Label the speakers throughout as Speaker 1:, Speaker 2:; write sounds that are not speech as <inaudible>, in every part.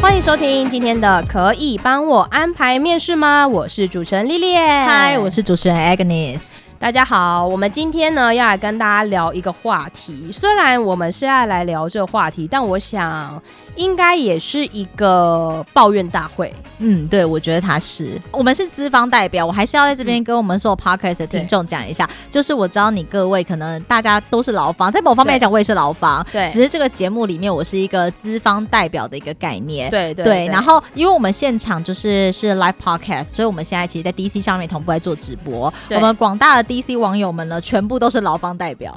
Speaker 1: 欢迎收听今天的《可以帮我安排面试吗》？我是主持人丽丽，
Speaker 2: 嗨，我是主持人 Agnes。
Speaker 1: 大家好。我们今天呢要来跟大家聊一个话题，虽然我们是要来聊这个话题，但我想应该也是一个抱怨大会。
Speaker 2: 嗯，对，我觉得他是，嗯我们是资方代表，我还是要在这边跟我们所有 podcast 的听众讲一下，就是我知道你各位可能大家都是劳方，在某方面来讲，我也是劳方，
Speaker 1: 对
Speaker 2: 只是这个节目里面我是一个资方代表的一个概念。
Speaker 1: 对对
Speaker 2: 然后因为我们现场就是是 live podcast，所以我们现在其实，在 DC 上面同步在做直播。
Speaker 1: 对
Speaker 2: 我们广大的 DC 网友们呢，全部都是劳方代表。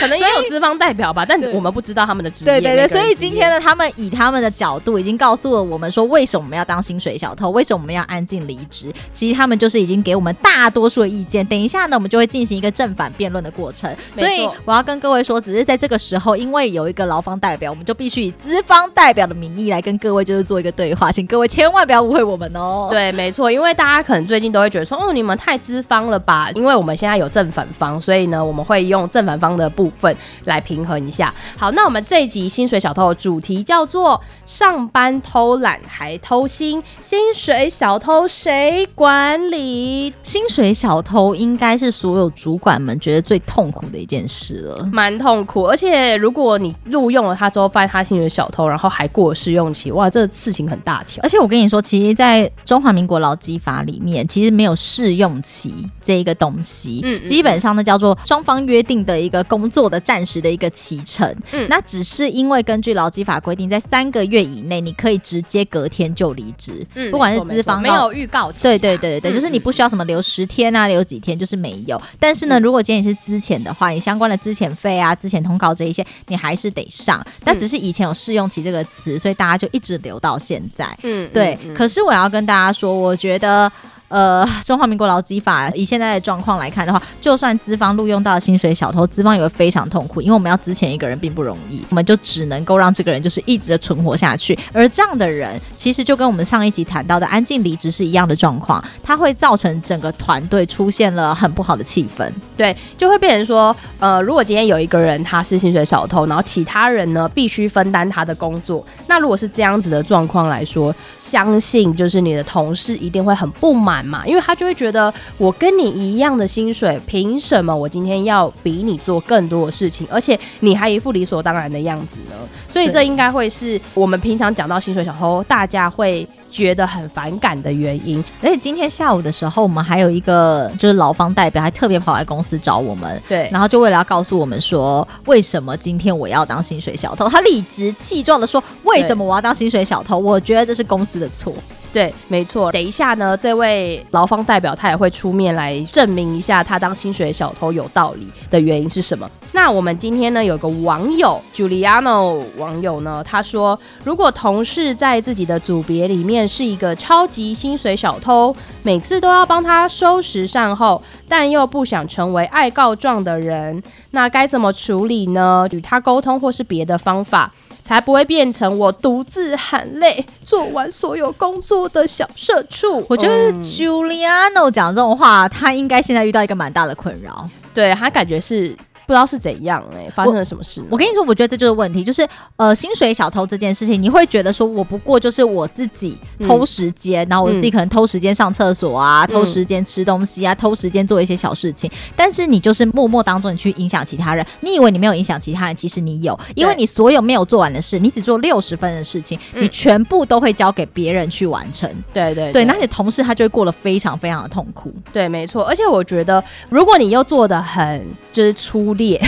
Speaker 1: 可能也有资方代表吧，但我们不知道他们的职业。
Speaker 2: 对对对，
Speaker 1: 每个人
Speaker 2: 所以今天
Speaker 1: 职业
Speaker 2: 呢，他们以他们的角度已经告诉了我们说，为什么我们要当薪水小偷，为什么我们要安静离职。其实他们就是已经给我们大多数的意见。等一下呢，我们就会进行一个正反辩论的过程。
Speaker 1: 没错
Speaker 2: 所以我要跟各位说，只是在这个时候，因为有一个劳方代表，我们就必须以资方代表的名义来跟各位就是做一个对话，请各位千万不要误会我们哦。。
Speaker 1: 对，没错，因为大家可能最近都会觉得说，哦，你们太资方了吧？因为我们现在有正反方，所以呢，我们会用正反方的部分来平衡一下。好，那我们这一集薪水小偷的主题叫做“上班偷懒还偷薪，薪水小偷谁管理
Speaker 2: 薪水小偷应该是所有主管们觉得最痛苦的一件事”，了。
Speaker 1: 蛮痛苦。而且如果你录用了他之后，发现他薪水小偷，然后还过试用期，哇，这事情很大条。
Speaker 2: 而且我跟你说，其实，在中华民国劳基法里面，其实没有试用期这一个东西，
Speaker 1: 嗯嗯
Speaker 2: 基本上呢叫做双方约定的一个工作的暂时的一个期程。
Speaker 1: 嗯
Speaker 2: 那只是因为根据劳基法规定，在三个月以内，你可以直接隔天就离职，不管是
Speaker 1: 嗯没错
Speaker 2: 资方
Speaker 1: 没有
Speaker 2: 到
Speaker 1: 预告期啊、
Speaker 2: 对对对对对，
Speaker 1: 嗯
Speaker 2: 就是你不需要什么留十天啊，留几天，就是没有。但是呢，
Speaker 1: 嗯
Speaker 2: 如果今天你是资遣的话，你相关的资遣费啊、资遣通告这一些，你还是得上。
Speaker 1: 嗯
Speaker 2: 但只是以前有试用期这个词，所以大家就一直留到现在。
Speaker 1: 嗯，嗯
Speaker 2: 对，
Speaker 1: 嗯
Speaker 2: 可是我要跟大家说，我觉得。呃， <laughs> 中华民国劳基法以现在的状况来看的话，就算资方录用到薪水小偷，资方也会非常痛苦，因为我们要之前一个人并不容易，我们就只能够让这个人就是一直的存活下去。而这样的人，其实就跟我们上一集谈到的安静离职是一样的状况，它会造成整个团队出现了很不好的气氛。
Speaker 1: 对，就会变成说，呃，如果今天有一个人他是薪水小偷，然后其他人呢必须分担他的工作，那如果是这样子的状况来说，相信就是你的同事一定会很不满嘛，因为他就会觉得我跟你一样的薪水，凭什么我今天要比你做更多的事情，而且你还一副理所当然的样子呢？所以这
Speaker 2: 对
Speaker 1: 应该会是我们平常讲到薪水小偷，大家会觉得很反感的原因。
Speaker 2: 而且今天下午的时候，我们还有一个就是劳方代表还特别跑来公司找我们，
Speaker 1: 对，
Speaker 2: 然后就为了要告诉我们说，为什么今天我要当薪水小偷？他理直气壮的说，为什么我要当薪水小偷？我觉得这是公司的错。
Speaker 1: 对，没错。等一下呢，这位劳方代表他也会出面来证明一下他当薪水小偷有道理的原因是什么。那我们今天呢，有个网友 Giuliano 网友呢，他说，如果同事在自己的组别里面是一个超级薪水小偷，每次都要帮他收拾善后，但又不想成为爱告状的人，那该怎么处理呢？与他沟通或是别的方法，才不会变成我独自喊累做完所有工作的小社畜。
Speaker 2: 我觉得
Speaker 1: 嗯
Speaker 2: Giuliano 讲这种话，他应该现在遇到一个蛮大的困扰。
Speaker 1: 对他感觉是不知道是怎样哎、发生了什么事呢？
Speaker 2: 我跟你说，我觉得这就是问题，就是呃，薪水小偷这件事情，你会觉得说我不过就是我自己偷时间，然后我自己可能偷时间上厕所啊，
Speaker 1: 嗯
Speaker 2: 偷时间吃东西啊，偷时间做一些小事情，但是你就是默默当中你去影响其他人，你以为你没有影响其他人，其实你有，因为你所有没有做完的事，你只做六十分的事情，
Speaker 1: 嗯
Speaker 2: 你全部都会交给别人去完成。
Speaker 1: 对对
Speaker 2: 对，那你的同事他就会过得非常非常的痛苦。
Speaker 1: 对，没错。而且我觉得，如果你又做的很就是粗 <laughs> 劣，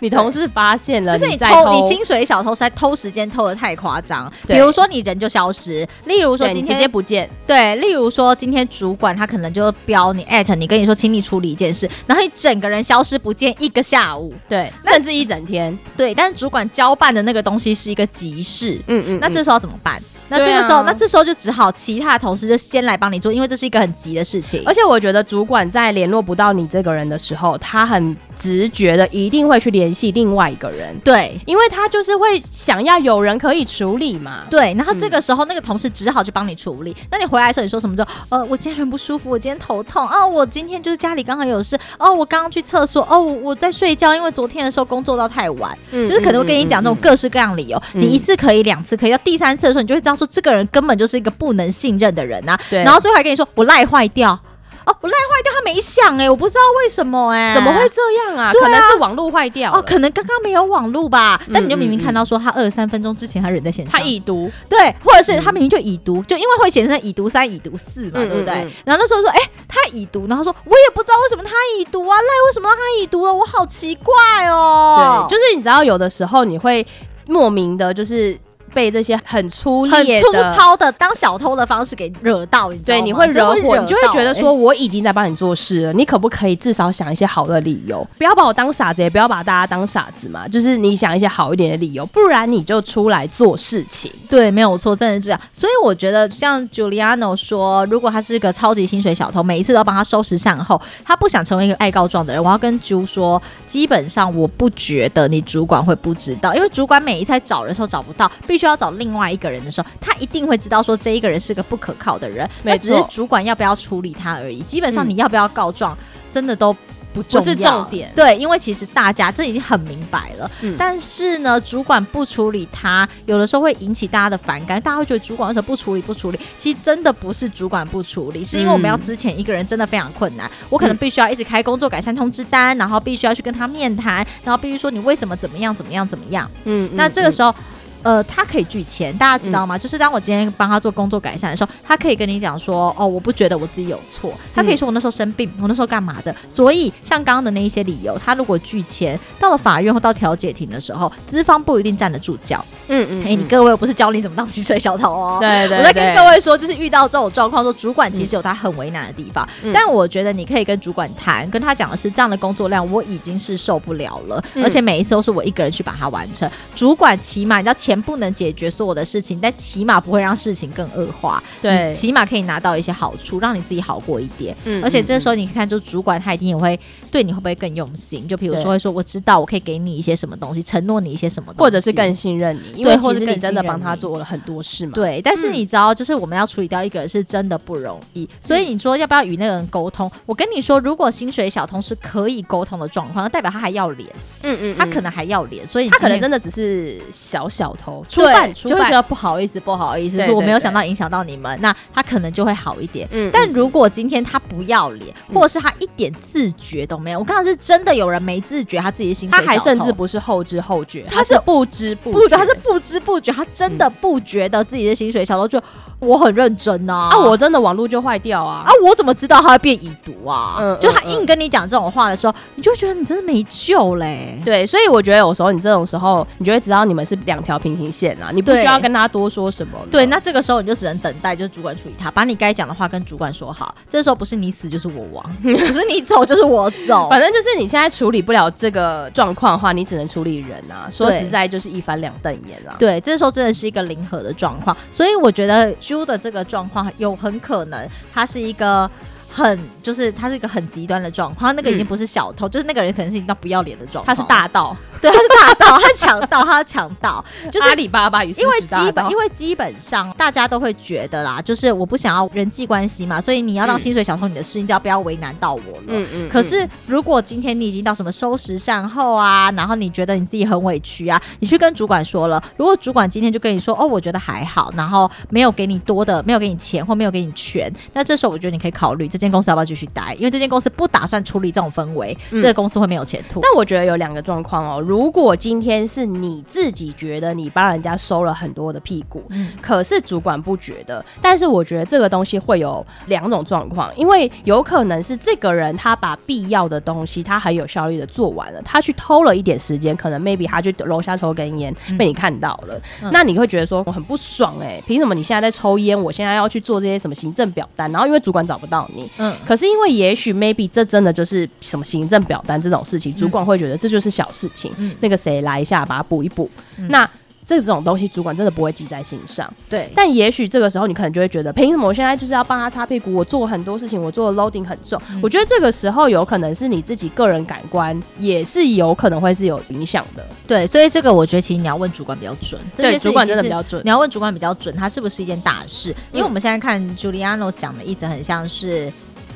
Speaker 1: 你同事发现了
Speaker 2: 就是
Speaker 1: 呃你
Speaker 2: 你
Speaker 1: 在
Speaker 2: 偷你薪水小偷实在偷时间偷的太夸张，
Speaker 1: 对
Speaker 2: 比如说你人就消失，例如说
Speaker 1: 对，你
Speaker 2: 今
Speaker 1: 直
Speaker 2: 天
Speaker 1: 接不见，
Speaker 2: 对，例如说今天主管他可能就标你艾特你，跟你说请你处理一件事，然后你整个人消失不见一个下午。
Speaker 1: 对，甚至一整天。
Speaker 2: 对，但是主管交办的那个东西是一个急事，
Speaker 1: 嗯嗯
Speaker 2: 那这时候要怎么办？那这个时
Speaker 1: 对
Speaker 2: 候，
Speaker 1: 啊
Speaker 2: 那这时候就只好其他的同事就先来帮你做，因为这是一个很急的事情。
Speaker 1: 而且我觉得主管在联络不到你这个人的时候，他很直觉的一定会去联系另外一个人，
Speaker 2: 对
Speaker 1: 因为他就是会想要有人可以处理嘛。
Speaker 2: 对，然后这个时候那个同事只好去帮你处理。那你回来的时候，你说什么就呃，我今天很不舒服，我今天头痛啊、我今天就是家里刚好有事哦，我刚刚去厕所哦，我我在睡觉，因为昨天的时候工作到太晚，
Speaker 1: 嗯
Speaker 2: 就是可能会跟你讲这种各式各样的理由。
Speaker 1: 嗯
Speaker 2: 你一次可以，两次可以，到第三次的时候，你就会知道说这个人根本就是一个不能信任的人呐、啊
Speaker 1: 对，
Speaker 2: 然后最后还跟你说我赖坏掉。哦，我赖坏掉，他没想哎、我不知道为什么哎、
Speaker 1: 怎么会这样啊？
Speaker 2: 对啊
Speaker 1: 可能是网络坏掉了
Speaker 2: 哦，可能刚刚没有网路吧，
Speaker 1: 嗯
Speaker 2: 但你就明明
Speaker 1: 嗯嗯
Speaker 2: 看到说他二十三分钟之前他人在线上，
Speaker 1: 他已读，
Speaker 2: 对，或者是他明明就已读，就因为会显示已读三、已读四嘛，
Speaker 1: 嗯
Speaker 2: 对不对
Speaker 1: 嗯嗯？
Speaker 2: 然后那时候说，哎，他已读，然后说我也不知道为什么他已读啊，赖为什么让他已读了，我好奇怪哦
Speaker 1: 对，。就是你知道，有的时候你会莫名的，就是被这些很粗
Speaker 2: 很
Speaker 1: 劣
Speaker 2: 粗
Speaker 1: 的。
Speaker 2: 糙的当小偷的方式给惹到，你知道
Speaker 1: 对，
Speaker 2: 吗
Speaker 1: 你会
Speaker 2: 真
Speaker 1: 惹
Speaker 2: 的
Speaker 1: 火，你就会
Speaker 2: 到
Speaker 1: 觉得
Speaker 2: 欸
Speaker 1: 说，我已经在帮你做事了，你可不可以至少想一些好的理由？不要把我当傻子，也不要把大家当傻子嘛。就是你想一些好一点的理由，不然你就出来做事情。
Speaker 2: 对，没有错，真的是这样。所以我觉得，像 Giuliano 说，如果他是个超级薪水小偷，每一次都要帮他收拾善后，他不想成为一个爱告状的人。我要跟 Ju 说，基本上我不觉得你主管会不知道，因为主管每一次在找人的时候找不到，必须要找另外一个人的时候，他一定会知道说这一个人是个不可靠的人。
Speaker 1: 没
Speaker 2: 那只是
Speaker 1: 错
Speaker 2: 主管要不要处理他而已。基本上
Speaker 1: 嗯
Speaker 2: 你要不要告状，真的都。不重
Speaker 1: 不
Speaker 2: 要
Speaker 1: 是重点
Speaker 2: 对，因为其实大家这已经很明白了，
Speaker 1: 嗯
Speaker 2: 但是呢，主管不处理他，有的时候会引起大家的反感，大家会觉得主管为什么不处理不处理？其实真的不是主管不处理，是因为我们要之前一个人真的非常困难，我可能必须要一直开工作改善通知单，然后必须要去跟他面谈，然后必须说你为什么怎么样怎么样怎么样。
Speaker 1: 嗯，
Speaker 2: 那这个时候。呃，他可以拒签，大家知道吗？就是当我今天帮他做工作改善的时候，他可以跟你讲说，哦，我不觉得我自己有错，
Speaker 1: 嗯
Speaker 2: 他可以说我那时候生病，我那时候干嘛的。所以像刚刚的那一些理由，他如果拒签，到了法院或到调解庭的时候，资方不一定站得住脚。
Speaker 1: 嗯，嗯嗯，
Speaker 2: 哎、你各位，我不是教你怎么当薪水小偷哦，
Speaker 1: 对对，
Speaker 2: 我在跟各
Speaker 1: 位，
Speaker 2: 位说，就是遇到这种状况，说主管其实有他很为难的地方，
Speaker 1: 嗯
Speaker 2: 但我觉得你可以跟主管谈，跟他讲的是这样的工作量我已经是受不了了，
Speaker 1: 嗯
Speaker 2: 而且每一次都是我一个人去把它完成。主管起码你知道钱不能解决所有的事情，但起码不会让事情更恶化，
Speaker 1: 对
Speaker 2: 你起码可以拿到一些好处，让你自己好过一点。
Speaker 1: 嗯
Speaker 2: 而且这时
Speaker 1: 候
Speaker 2: 候你看，就主管他一定也会对你会不会更用心？就比如
Speaker 1: 对
Speaker 2: 说会说，我知道我可以给你一些什么东西，承诺你一些什么东西，
Speaker 1: 或者是更信任你，因为
Speaker 2: 对或
Speaker 1: 其
Speaker 2: 者
Speaker 1: 实
Speaker 2: 更
Speaker 1: 你真的
Speaker 2: 信任
Speaker 1: 帮他
Speaker 2: 你
Speaker 1: 做了很多事嘛。
Speaker 2: 对，但是
Speaker 1: 嗯
Speaker 2: 你知道，就是我们要处理掉一个人是真的不容易，所以你说要不要与那个人沟通？我跟你说，如果薪水小偷是可以沟通的状况，那代表他还要脸，
Speaker 1: 嗯，嗯嗯，
Speaker 2: 他可能还要脸，所以
Speaker 1: 他可能
Speaker 2: 的
Speaker 1: 真的只是小小偷，初
Speaker 2: 出
Speaker 1: 犯，初
Speaker 2: 就会觉
Speaker 1: 犯，
Speaker 2: 得不好意思，不好意思，
Speaker 1: 对
Speaker 2: 说我
Speaker 1: 对
Speaker 2: 没有
Speaker 1: 对
Speaker 2: 想到影响到你们，那他可能就会好一点。
Speaker 1: 嗯
Speaker 2: 但如果今天他不要脸，
Speaker 1: 嗯
Speaker 2: 或者是他一点自觉都没有，我刚刚是真的有人没自觉，他自己的薪水
Speaker 1: 他还
Speaker 2: 小
Speaker 1: 甚
Speaker 2: 偷
Speaker 1: 至不是后知后觉，
Speaker 2: 他是
Speaker 1: 是不知不
Speaker 2: 不，
Speaker 1: 觉，嗯
Speaker 2: 他是不知不觉，他真的不觉得自己的薪水小偷，就我很认真呐、
Speaker 1: 啊，我真的网络就坏掉啊
Speaker 2: 啊，，我怎么知道他会变已读啊？
Speaker 1: 嗯
Speaker 2: 就他
Speaker 1: 嗯嗯
Speaker 2: 硬跟你讲这种话的时候，你就会觉得你真的没救嘞、
Speaker 1: 对，所以我觉得有时候你这种时候，你就会知道你们是两条平行线啊，你不
Speaker 2: 对
Speaker 1: 需要跟他多说什么了。
Speaker 2: 对，那这个时候你就只能等待，就是主管处理他，把你该讲的话跟主管说好。这时候不是你死就是我
Speaker 1: <laughs>
Speaker 2: 亡，不是你走就是我走。
Speaker 1: 反正就是你现在处理不了这个状况的话，你只能处理人啊。说
Speaker 2: 对
Speaker 1: 实在，就是一翻两瞪眼啊。
Speaker 2: 对，这时候真的是一个零和的状况，所以我觉得 Ju 的这个状况有很可能他是一个。很就是他是一个很极端的状况，他那个已经
Speaker 1: 嗯
Speaker 2: 不是小偷，就是那个人可能是已经到不要脸的状
Speaker 1: 他
Speaker 2: 况。
Speaker 1: 是，大盗，
Speaker 2: <laughs> 对，他是大盗，他抢盗，他抢盗，就是
Speaker 1: 阿里巴巴与四
Speaker 2: 因为
Speaker 1: 十
Speaker 2: 基
Speaker 1: 大哦
Speaker 2: 本
Speaker 1: 盗
Speaker 2: 因。为基本上大家都会觉得啦，就是我不想要人际关系嘛，所以你要当
Speaker 1: 嗯
Speaker 2: 薪水小偷，你的事情就要不要为难到我了。
Speaker 1: 嗯
Speaker 2: 可是，如果今天你已经到什么收拾善后啊，然后你觉得你自己很委屈啊，你去跟主管说了，如果主管今天就跟你说，哦，我觉得还好，然后没有给你多的，没有给你钱或没有给你权，那这时候我觉得你可以考虑这间公司要不要继续待，因为这间公司不打算处理这种氛围，
Speaker 1: 嗯
Speaker 2: 这个公司会没有前途。
Speaker 1: 但我觉得有两个状况哦。如果今天是你自己觉得你帮人家收了很多的屁股，
Speaker 2: 嗯
Speaker 1: 可是主管不觉得。但是我觉得这个东西会有两种状况，因为有可能是这个人他把必要的东西，他很有效率的做完了，他去偷了一点时间，可能 maybe 他去楼下抽根烟、
Speaker 2: 嗯
Speaker 1: 被你看到了，
Speaker 2: 嗯
Speaker 1: 那你会觉得说我很不爽哎、凭什么你现在在抽烟，我现在要去做这些什么行政表单，然后因为主管找不到你，
Speaker 2: 嗯，
Speaker 1: 可是因为也许 maybe 这真的就是什么行政表单这种事情，主管会觉得这就是小事情，
Speaker 2: 嗯
Speaker 1: 那个谁来一下把它补一补。
Speaker 2: 嗯
Speaker 1: 那这种东西主管真的不会记在心上。
Speaker 2: 对
Speaker 1: 但也许这个时候你可能就会觉得，凭什么我现在就是要帮他擦屁股？我做很多事情，我做的 loading 很重。
Speaker 2: 嗯
Speaker 1: 我觉得这个时候有可能是你自己个人感官也是有可能会是有影响的。
Speaker 2: 对，所以这个我觉得其实你要问主管比较准，这
Speaker 1: 对，
Speaker 2: 件事情
Speaker 1: 主管真的
Speaker 2: 其
Speaker 1: 比较
Speaker 2: 实
Speaker 1: 准
Speaker 2: 你。要问主管比较准，它是不是一件大事？因为我们现在看 Giuliano 讲的意思很像是。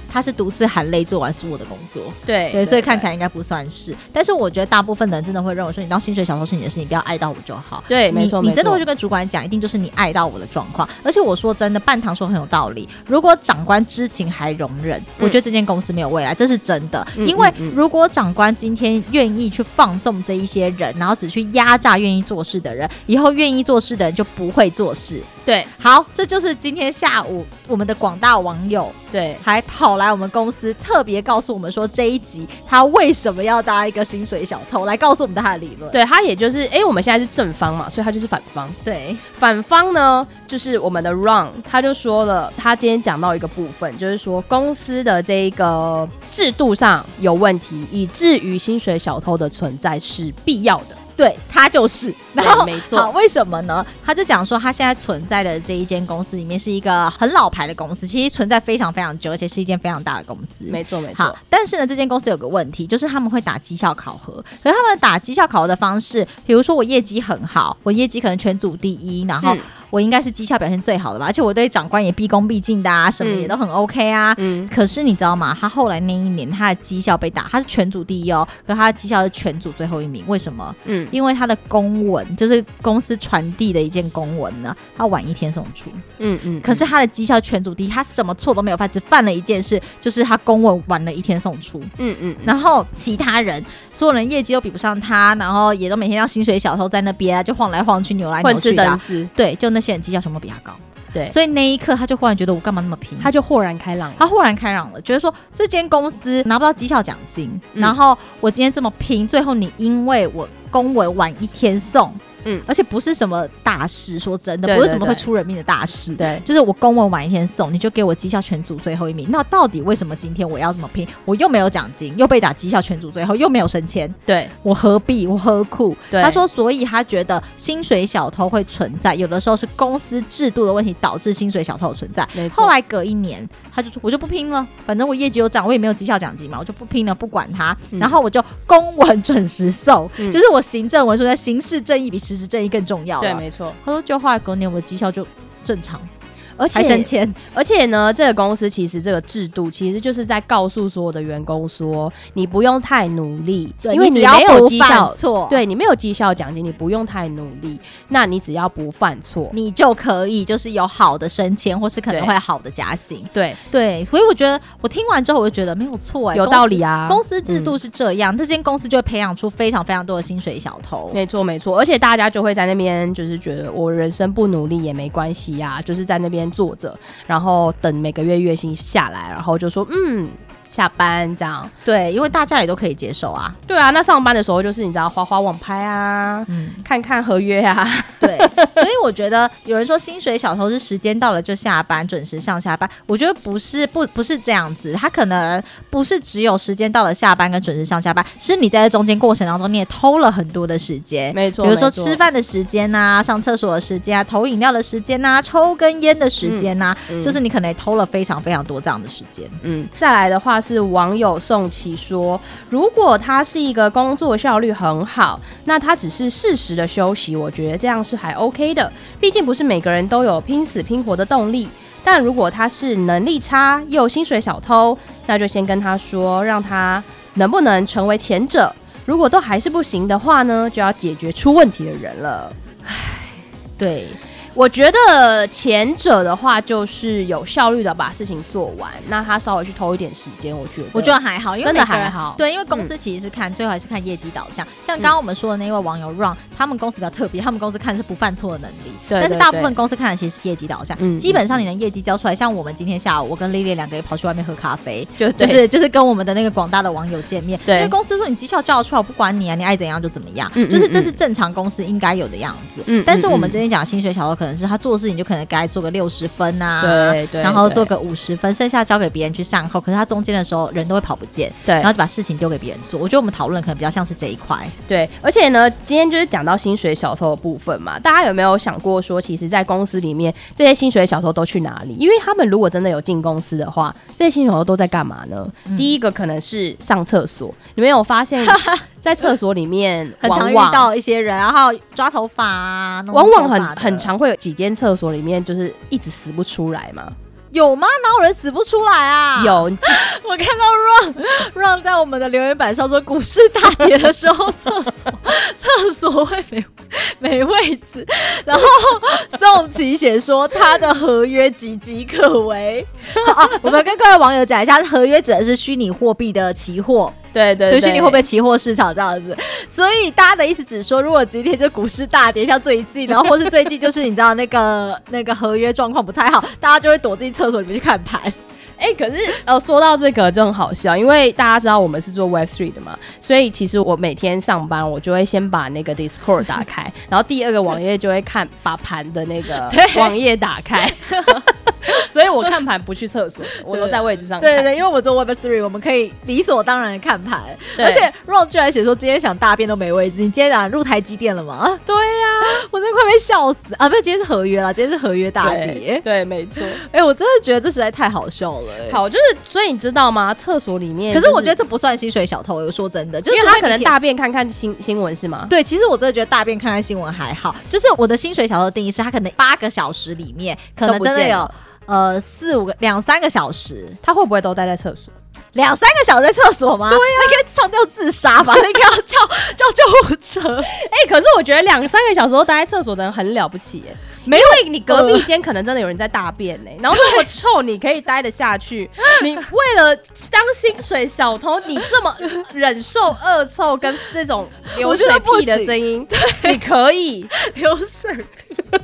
Speaker 2: 他是独自含泪做完所有的工作，
Speaker 1: 对
Speaker 2: 哎对，所以看起来应该不算是。但是我觉得大部分的人真的会认为说，你当薪水小偷是你的事，你不要爱到我就好。
Speaker 1: 对，没错，
Speaker 2: 你
Speaker 1: 没
Speaker 2: 你真的
Speaker 1: 错
Speaker 2: 会去跟主管讲，一定就是你爱到我的状况。而且我说真的，半糖说很有道理。如果长官知情还容忍，我觉得这间公司没有未来，这是真的。
Speaker 1: 嗯
Speaker 2: 因为
Speaker 1: 嗯嗯
Speaker 2: 如果长官今天愿意去放纵这一些人，然后只去压榨愿意做事的人，以后愿意做事的人就不会做事。
Speaker 1: 对
Speaker 2: 好，这就是今天下午我们的广大网友
Speaker 1: 对
Speaker 2: 还跑来我们公司，特别告诉我们说这一集他为什么要当一个薪水小偷，来告诉我们他的理论。
Speaker 1: 对，他也就是哎、我们现在是正方嘛，所以他就是反方。
Speaker 2: 对，
Speaker 1: 反方呢，就是我们的 Ron，他就说了，他今天讲到一个部分，就是说公司的这一个制度上有问题，以至于薪水小偷的存在是必要的。
Speaker 2: 对他就是，然
Speaker 1: 对
Speaker 2: 后
Speaker 1: 没
Speaker 2: 好，
Speaker 1: 错，
Speaker 2: 为什么呢？他就讲说，他现在存在的这一间公司里面是一个很老牌的公司，其实存在非常非常久，而且是一间非常大的公司。
Speaker 1: 没错，没错
Speaker 2: 好。，但是呢，这间公司有个问题，就是他们会打绩效考核。可是他们打绩效考核的方式，比如说我业绩很好，我业绩可能全组第一，然后
Speaker 1: 嗯
Speaker 2: 我应该是绩效表现最好的吧，而且我对长官也毕恭毕敬的啊，什么也
Speaker 1: 嗯
Speaker 2: 都很 OK 啊。
Speaker 1: 嗯，
Speaker 2: 可是你知道吗？他后来那一年他的绩效被打，他是全组第一哦，可他的绩效是全组最后一名，为什么？
Speaker 1: 嗯，
Speaker 2: 因为他的公文就是公司传递的一件公文呢，他晚一天送出，
Speaker 1: 嗯嗯，
Speaker 2: 可是他的绩效全组第一，他什么错都没有犯，只犯了一件事，就是他公文晚了一天送出，
Speaker 1: 嗯嗯，嗯
Speaker 2: 然后其他人所有人业绩都比不上他，然后也都每天要薪水小偷在那边啊，就晃来晃去，扭来
Speaker 1: 混
Speaker 2: 扭
Speaker 1: 吃
Speaker 2: 去的
Speaker 1: 等
Speaker 2: 啊。
Speaker 1: 死，
Speaker 2: 对，就那些人绩效全部比他高，
Speaker 1: 对，
Speaker 2: 所以那一刻他就忽然觉得我干嘛那么拼？啊
Speaker 1: 他就豁然开朗了。
Speaker 2: 他豁然开朗了，觉得说这间公司拿不到绩效奖金，
Speaker 1: 嗯
Speaker 2: 然后我今天这么拼，最后你因为我公文晚一天送，
Speaker 1: 嗯
Speaker 2: 而且不是什么大事，说真的，
Speaker 1: 对
Speaker 2: 不是什么
Speaker 1: 对
Speaker 2: 会
Speaker 1: 对
Speaker 2: 出人命的大事。
Speaker 1: 对，
Speaker 2: 就是我公文晚一天送，你就给我绩效全组最后一名。那到底为什么今天我要这么拼？我又没有奖金，又被打绩效全组最后，又没有升迁，
Speaker 1: 对，
Speaker 2: 我何必？我何苦？
Speaker 1: 对
Speaker 2: 他说，所以他觉得薪水小偷会存在，有的时候是公司制度的问题导致薪水小偷的存在。
Speaker 1: 没错
Speaker 2: 后来隔一年，他就说：“我就不拼了，反正我业绩有涨，我也没有绩效奖金嘛，我就不拼了，不管他。
Speaker 1: 嗯
Speaker 2: 然后我就公文准时送，
Speaker 1: 嗯
Speaker 2: 就是我行政文书的刑事正义比实质正义更重要
Speaker 1: 对，
Speaker 2: 了。
Speaker 1: 没错，
Speaker 2: 他说：“就后来隔年我的绩效就正常，
Speaker 1: 而
Speaker 2: 还升迁。
Speaker 1: 而且呢，这个公司其实这个制度其实就是在告诉所有的员工说，你不用太努力，
Speaker 2: 对，
Speaker 1: 因为
Speaker 2: 你只要
Speaker 1: 没有
Speaker 2: 不
Speaker 1: 绩
Speaker 2: 犯
Speaker 1: 效，
Speaker 2: 错，，
Speaker 1: 对你没有绩效奖金，你不用太努力，那你只要不犯错，
Speaker 2: 你就可以就是有好的升迁，或是可能
Speaker 1: 对
Speaker 2: 会好的加薪。
Speaker 1: 对，
Speaker 2: 对，所以我觉得我听完之后，我就觉得没有错、哎，
Speaker 1: 有道理啊。
Speaker 2: 公司。公司制度是这样，这间公司就会培养出非常非常多的薪水小偷。
Speaker 1: 没错没错，而且大家就会在那边就是觉得我人生不努力也没关系呀、就是在那边坐着，然后等每个月月薪下来，然后就说嗯下班这样。
Speaker 2: 对，因为大家也都可以接受啊。
Speaker 1: 对啊，那上班的时候就是你知道花花网拍啊，
Speaker 2: 嗯，
Speaker 1: 看看合约啊，
Speaker 2: 对，所以我觉得有人说薪水小偷是时间到了就下班，准时上下班，我觉得不是不不是这样子，他可能不是只有时间到了下班跟准时上下班，是你在这中间过程当中你也偷了很多的时间。
Speaker 1: 没错，
Speaker 2: 比如
Speaker 1: 没
Speaker 2: 说
Speaker 1: 错
Speaker 2: 吃饭的时间呐、上厕所的时间啊、投饮料的时间呐、抽根烟的时间呐、
Speaker 1: 嗯
Speaker 2: 就是你可能也偷了非常非常多这样的时间。
Speaker 1: 嗯，再来的话是网友宋琦说，如果他是一个工作效率很好，那他只是适时的休息，我觉得这样是还 OK 的，毕竟不是每个人都有拼死拼活的动力。但如果他是能力差又薪水小偷，那就先跟他说，让他能不能成为前者。如果都还是不行的话呢，就要解决出问题的人了。
Speaker 2: 对，
Speaker 1: 我觉得前者的话就是有效率的把事情做完，那他稍微去偷一点时间，我觉得，
Speaker 2: 我觉得还好，因为
Speaker 1: 真的
Speaker 2: 每个人
Speaker 1: 还好嗯
Speaker 2: 对，因为公司其实是看、最后还是看业绩导向。像刚刚我们说的那位网友 Run，他们公司比较特别，他们公司看的是不犯错的能力，
Speaker 1: 对
Speaker 2: 但是
Speaker 1: 对
Speaker 2: 大部
Speaker 1: 对
Speaker 2: 分公司看的其实是业绩导向。
Speaker 1: 嗯
Speaker 2: 基本上你的业绩交出来，像我们今天下午，我跟 Lily 两个也跑去外面喝咖啡，
Speaker 1: <laughs> 就对
Speaker 2: 就是就是跟我们的那个广大的网友见面。
Speaker 1: 对
Speaker 2: 因为公司说你绩效交得出来，我不管你啊，你爱怎样就怎么样，
Speaker 1: 嗯嗯
Speaker 2: 就是这
Speaker 1: 嗯
Speaker 2: 是正常公司应该有的样子。
Speaker 1: 嗯
Speaker 2: 但是我们
Speaker 1: 嗯嗯
Speaker 2: 今天讲薪水小偷，可能是他做事情就可能该做个六十分啊，
Speaker 1: 对对
Speaker 2: 然后
Speaker 1: 对
Speaker 2: 做个五十分，剩下交给别人去善后。可是他中间的时候人都会跑不见，
Speaker 1: 对
Speaker 2: 然后就把事情丢给别人做。我觉得我们讨论可能比较像是这一块，
Speaker 1: 对，而且呢，今天就是讲到薪水小偷的部分嘛，大家有没有想过说，其实，在公司里面，这些薪水小偷都去哪里？因为他们如果真的有进公司的话，这些薪水小偷都在干嘛呢？
Speaker 2: 嗯
Speaker 1: 第一个可能是上厕所，你们有发现，在厕所里面
Speaker 2: <laughs> 很常
Speaker 1: 往
Speaker 2: 遇
Speaker 1: 往
Speaker 2: 到一些人，然后抓头发啊，弄
Speaker 1: 往往
Speaker 2: 头
Speaker 1: 很
Speaker 2: 发的
Speaker 1: 很常会有几间厕所里面就是一直死不出来嘛，
Speaker 2: 有吗？哪有人死不出来啊？
Speaker 1: 有
Speaker 2: <laughs> 我看到 Ron Ron 在我们的留言板上说，股市大跌的时候，厕所厕所会没没位置。然后宋琦写说他的合约岌岌可危。 <laughs> 啊，我们跟各位网友讲一下，合约指的是虚拟货币的期货，
Speaker 1: <laughs> 对对
Speaker 2: 就
Speaker 1: 对，
Speaker 2: 虚拟货币期货市场这样子。所以大家的意思只是说，如果今天就股市大跌，像最近，然后或是最近就是你知道那个那个合约状况不太好，大家就会躲进厕所里面去看盘。
Speaker 1: 哎、可是呃，说到这个就很好笑，因为大家知道我们是做 Web Three 的嘛，所以其实我每天上班，我就会先把那个 Discord
Speaker 2: <laughs>
Speaker 1: 打开，然后第二个网页就会看把盘的那
Speaker 2: <laughs>
Speaker 1: 个网页打开， <laughs> 所以我看盘不去厕所，我都在位置上看。
Speaker 2: 对对对，因为我做 Web Three，我们可以理所当然的看盘，
Speaker 1: 对
Speaker 2: 而且 Ron 居然写说今天想大便都没位置，你今天哪入台积电了吗？ <laughs> 对呀、我真的快被笑死啊！不是，今天是合约啦，今天是合约大
Speaker 1: 对
Speaker 2: 跌。
Speaker 1: 对，没错。
Speaker 2: 哎、我真的觉得这实在太好笑了、哎。
Speaker 1: 好，就是所以你知道吗？厕所里面、
Speaker 2: 可是我觉得，这不算薪水小偷，我说真的，就
Speaker 1: 因
Speaker 2: 是
Speaker 1: 为
Speaker 2: 除非
Speaker 1: 他可能
Speaker 2: 你
Speaker 1: 大便看看新新闻是吗？
Speaker 2: 对，其实我真的觉得大便看看新闻还好。就是我的薪水小偷的定义是，他可能八个小时里面，可能
Speaker 1: 都不
Speaker 2: 真的
Speaker 1: 见
Speaker 2: 有
Speaker 1: 了
Speaker 2: 呃四五个两三个小时，
Speaker 1: 他会不会都待在厕所？
Speaker 2: 两三个小时在厕所
Speaker 1: 啊
Speaker 2: 吗？对呀、那个上吊自
Speaker 1: <laughs>
Speaker 2: 杀吧，那个要叫叫救护车。
Speaker 1: 哎、可是我觉得两三个小时都待在厕所的人很了不起、耶，没有，因为你隔壁间可能真的有人在大便呢、然后那么臭，你可以待得下去。 <laughs> 你为了当薪水小偷，你这么忍受恶臭跟这种流水屁的声音， <laughs> 你可以。
Speaker 2: 流水屁。
Speaker 1: <laughs>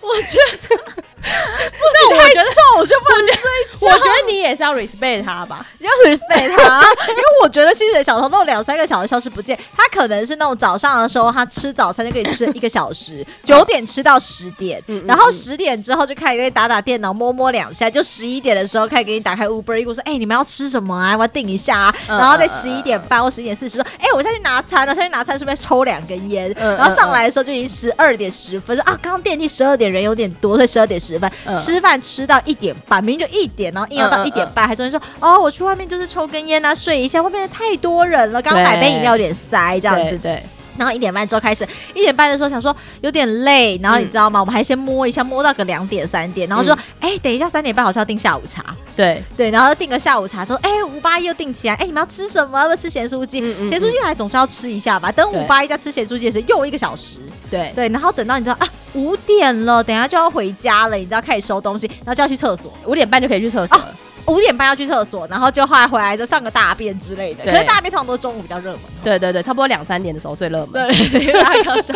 Speaker 2: 我觉得
Speaker 1: 那我觉得，
Speaker 2: 臭，我就不能睡
Speaker 1: 我觉得你也是要 respect 他吧。
Speaker 2: 你要 respect 他， <laughs> 因为我觉得薪水小偷都两三个小时消失不见，他可能是那种早上的时候，他吃早餐就可以吃一个小时，九点吃到十点，
Speaker 1: 嗯嗯
Speaker 2: 然后十点之后就开始给你打打电脑，摸摸两下，就十一点的时候开始给你打开 Uber，一我说，哎、你们要吃什么啊？我要订一下啊，
Speaker 1: 嗯
Speaker 2: 然后
Speaker 1: 嗯
Speaker 2: 在
Speaker 1: 嗯
Speaker 2: 十一点半或十一点四十说，哎、我下去拿餐了，下去拿餐顺便抽两根烟，
Speaker 1: 嗯
Speaker 2: 然后上
Speaker 1: 嗯嗯
Speaker 2: 来的时候就已经十二点十分，说啊，刚刚电梯十二点人有点多，所以十二点十分、
Speaker 1: 嗯
Speaker 2: 吃饭吃到一点半，明明就一点，然后硬要到
Speaker 1: 嗯嗯
Speaker 2: 一点
Speaker 1: 嗯
Speaker 2: 半，还中间说哦，我去外面就是抽根烟啊，睡一下，外面太多人了，刚刚买杯饮料有点塞这样子。
Speaker 1: 对，
Speaker 2: 然后一点半之后开始，一点半的时候想说有点累，然后你知道吗？我们还先摸一下，摸到个两点三点，然后说
Speaker 1: 嗯
Speaker 2: 哎、等一下三点半好像要订下午茶，
Speaker 1: 对，
Speaker 2: 对，然后订个下午茶之后，哎，五八一又订起来，哎，你们要吃什么？要不要吃咸酥鸡？
Speaker 1: 嗯嗯
Speaker 2: 咸酥鸡来总是要吃一下吧，等
Speaker 1: 对
Speaker 2: 五八一再吃咸酥鸡也是又一个小时。
Speaker 1: 对，
Speaker 2: 对，然后等到你知道啊五点了，等一下就要回家了，你知道开始收东西，然后就要去厕所，
Speaker 1: 五点半就可以去厕所了。
Speaker 2: 五点半要去厕所，然后就后来回来就上个大便之类的。
Speaker 1: 对
Speaker 2: 可是大便通常都中午比较热门。哦
Speaker 1: 对对对，差不多两三点的时候最热门。
Speaker 2: <laughs> 对，所以大家要消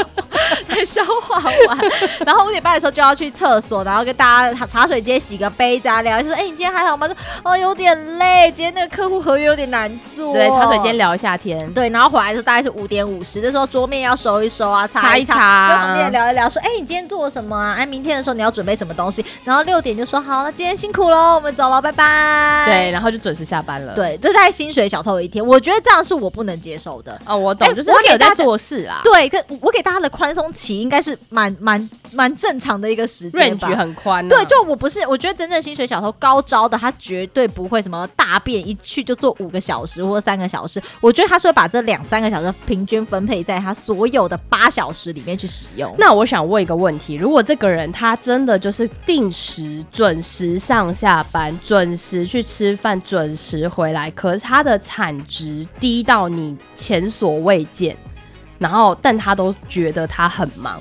Speaker 2: 来消化完， <laughs> 然后五点半的时候就要去厕所，然后跟大家茶茶水间洗个杯子啊，聊一下说，哎、你今天还好吗？说哦有点累，今天那个客户合约有点难做。
Speaker 1: 对，茶水间聊一下天。
Speaker 2: 对，然后回来的时候大概是五点五十，这时候桌面要收一收啊，
Speaker 1: 擦
Speaker 2: 一
Speaker 1: 一
Speaker 2: 擦，
Speaker 1: 擦
Speaker 2: 跟旁边人聊一聊，说，哎、你今天做了什么啊？哎、明天的时候你要准备什么东西？然后六点就说，好，那今天辛苦喽，我们走了，拜拜。
Speaker 1: 对，然后就准时下班了。。
Speaker 2: 对，这在薪水小偷的一天，我觉得这样是我不能接受的。
Speaker 1: 哦，我懂，
Speaker 2: 哎
Speaker 1: 就是
Speaker 2: 我
Speaker 1: 他们
Speaker 2: 给
Speaker 1: 有
Speaker 2: 大
Speaker 1: 在
Speaker 2: 家
Speaker 1: 做事啦。
Speaker 2: 对，跟我给大家的宽松期应该是蛮蛮蛮正常的一个时间吧
Speaker 1: range。很宽、啊。
Speaker 2: 对，就我不是，我觉得真正薪水小偷高招的，他绝对不会什么大便一去就做五个小时或三个小时，我觉得他是会把这两三个小时平均分配在他所有的八小时里面去使用。
Speaker 1: 那我想问一个问题：如果这个人他真的就是定时、准时上下班、准时去吃饭、准时回来，可是他的产值低到你前所未见，然后但他都觉得他很忙，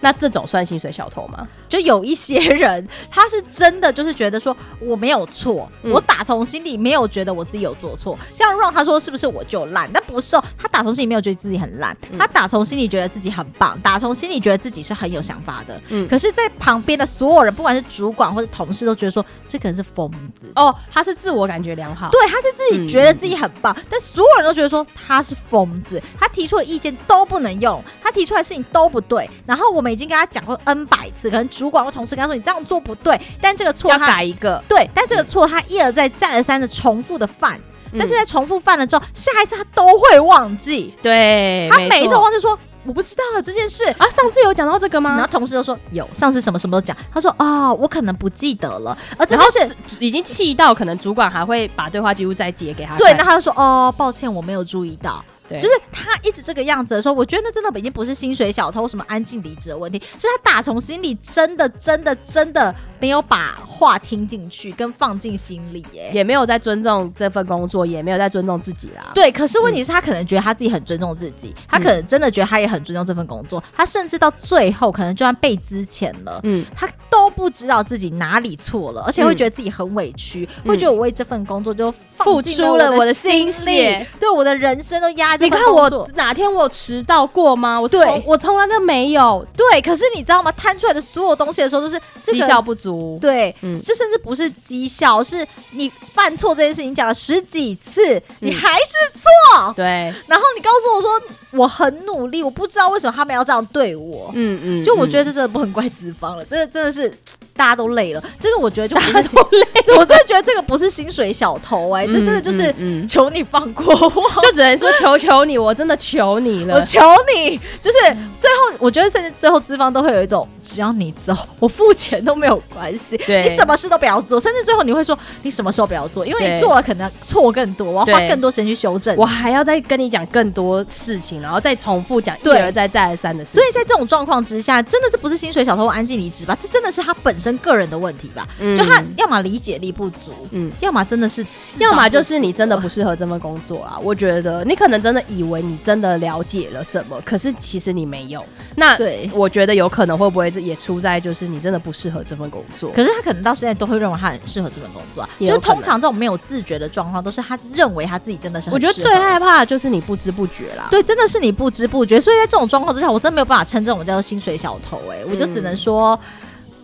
Speaker 1: 那这种算薪水小偷吗？
Speaker 2: 就有一些人， <laughs> 他是真的就是觉得说我没有错，
Speaker 1: 嗯
Speaker 2: 我打从心里没有觉得我自己有做错。像 Ron 他说是不是我就烂？但不是哦，他打从心里没有觉得自己很烂，
Speaker 1: 嗯
Speaker 2: 他打从心里觉得自己很棒，打从心里觉得自己是很有想法的。
Speaker 1: 嗯
Speaker 2: 可是，在旁边的所有人，不管是主管或者同事，都觉得说这个人是疯子。
Speaker 1: 哦，他是自我感觉良好，
Speaker 2: 对，他是自己觉得自己很
Speaker 1: 嗯
Speaker 2: 棒，但所有人都觉得说他是疯子，他提出的意见都不能用，他提出来的事情都不对。然后我们已经跟他讲过 N 百次，可能主管或同事跟他说你这样做不对，但这个错
Speaker 1: 要
Speaker 2: 他
Speaker 1: 改一个，
Speaker 2: 对，但这个错他一而再再而三的重复的犯，但
Speaker 1: 嗯
Speaker 2: 是在重复犯了之后，下一次他都会忘记，
Speaker 1: 对，
Speaker 2: 他每一次
Speaker 1: 错
Speaker 2: 忘记说我不知道这件事，
Speaker 1: 啊，上次有讲到这个
Speaker 2: 然后
Speaker 1: 吗？
Speaker 2: 同事都说有，上次什么什么都讲，他说啊、我可能不记得了，而这
Speaker 1: 然后
Speaker 2: 是
Speaker 1: 是已经气到，可能主管还会把对话记录再截给他看。
Speaker 2: 对，那他就说哦，抱歉，我没有注意到。
Speaker 1: 对
Speaker 2: 就是他一直这个样子的时候，我觉得那真的已经不是薪水小偷什么安静离职的问题，是他打从心里真的真的真的没有把话听进去跟放进心里耶。
Speaker 1: 也没有在尊重这份工作，也没有在尊重自己啦。
Speaker 2: 对，可是问题是他可能觉得他自己很尊重自己，
Speaker 1: 嗯
Speaker 2: 他可能真的觉得他也很尊重这份工作，他甚至到最后可能就算被资遣了，
Speaker 1: 嗯，
Speaker 2: 他都不知道自己哪里错了，而且会觉得自己很委屈，
Speaker 1: 嗯
Speaker 2: 会觉得我为这份工作就放
Speaker 1: 付
Speaker 2: 尽
Speaker 1: 出了
Speaker 2: 我
Speaker 1: 我的
Speaker 2: 心
Speaker 1: 心血
Speaker 2: 力，对我的人生都压在
Speaker 1: 你
Speaker 2: 这份
Speaker 1: 看
Speaker 2: 工
Speaker 1: 我
Speaker 2: 作
Speaker 1: 哪天我迟到过吗？我
Speaker 2: 对
Speaker 1: 从我从来都没有，
Speaker 2: 对，可是你知道吗？摊出来的所有东西的时候，都是这
Speaker 1: 绩
Speaker 2: 个
Speaker 1: 效不足。
Speaker 2: 对。
Speaker 1: 嗯，
Speaker 2: 这甚至不是绩效，是你犯错这件事情，你讲了十几次，
Speaker 1: 嗯
Speaker 2: 你还是错。
Speaker 1: 对，
Speaker 2: 然后你告诉我说我很努力，我不知道为什么他们要这样对我。
Speaker 1: 嗯嗯，
Speaker 2: 就我觉得
Speaker 1: 嗯
Speaker 2: 这真的不很怪资方了，这个真的是大家都累了。这个我觉得就不
Speaker 1: 他
Speaker 2: 是
Speaker 1: 说累，
Speaker 2: 这我真的觉得这个不是薪水小偷哎、这真的就是
Speaker 1: 嗯，嗯嗯
Speaker 2: 求你放过我，
Speaker 1: 就只能说求求你，我真的求你
Speaker 2: 我
Speaker 1: 了。
Speaker 2: 求你，就是最后我觉得甚至最后资方都会有一种只要你走， <laughs> 我付钱都没有关系。
Speaker 1: 对
Speaker 2: 你什么事都不要做，甚至最后你会说你什么时候不要做，因为
Speaker 1: 对
Speaker 2: 你做了可能错更多，我要花
Speaker 1: 对
Speaker 2: 更多时间去修正
Speaker 1: 我。还要再跟你讲更多事情，然后再重复讲一
Speaker 2: 对
Speaker 1: 而再再而三的事
Speaker 2: 所以在这种状况之下，真的这不是薪水小偷安静离职吧？这真的是他本身个人的问题吧？
Speaker 1: 嗯
Speaker 2: 就他要么理解力不足，
Speaker 1: 嗯
Speaker 2: 嗯，要么真的是，
Speaker 1: 要么就是你真的不适啊合这份工作啦。我觉得你可能真的以为你真的了解了什么，可是其实你没有。那
Speaker 2: 对
Speaker 1: 我觉得有可能会不会这也出在就是你真的不适合这份工作。
Speaker 2: 可是他可能到现在都会认为他很适合这份工作、啊，
Speaker 1: 也
Speaker 2: 就
Speaker 1: 有
Speaker 2: 是
Speaker 1: 可能
Speaker 2: 通常这种没有自觉的状况，都是他认为他自己真的是很
Speaker 1: 我觉得
Speaker 2: 适合
Speaker 1: 最害怕的就是你不知不觉啦。
Speaker 2: 对，真的是你不知不觉，所以在这种状况之下，我真没有办法称这种叫做薪水小偷、哎，我就只
Speaker 1: 嗯
Speaker 2: 能说，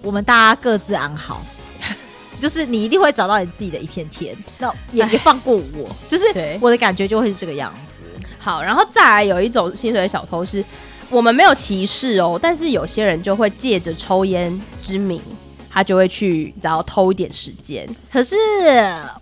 Speaker 2: 我们大家各自安好。 <laughs> 就是你一定会找到你自己的一片天，那也
Speaker 1: 唉
Speaker 2: 也放过我。就是
Speaker 1: 对
Speaker 2: 我的感觉就会是这个样子。
Speaker 1: 好，然后再来有一种薪水小偷是，我们没有歧视哦，但是有些人就会借着抽烟之名，他就会去然后偷一点时间，
Speaker 2: 可是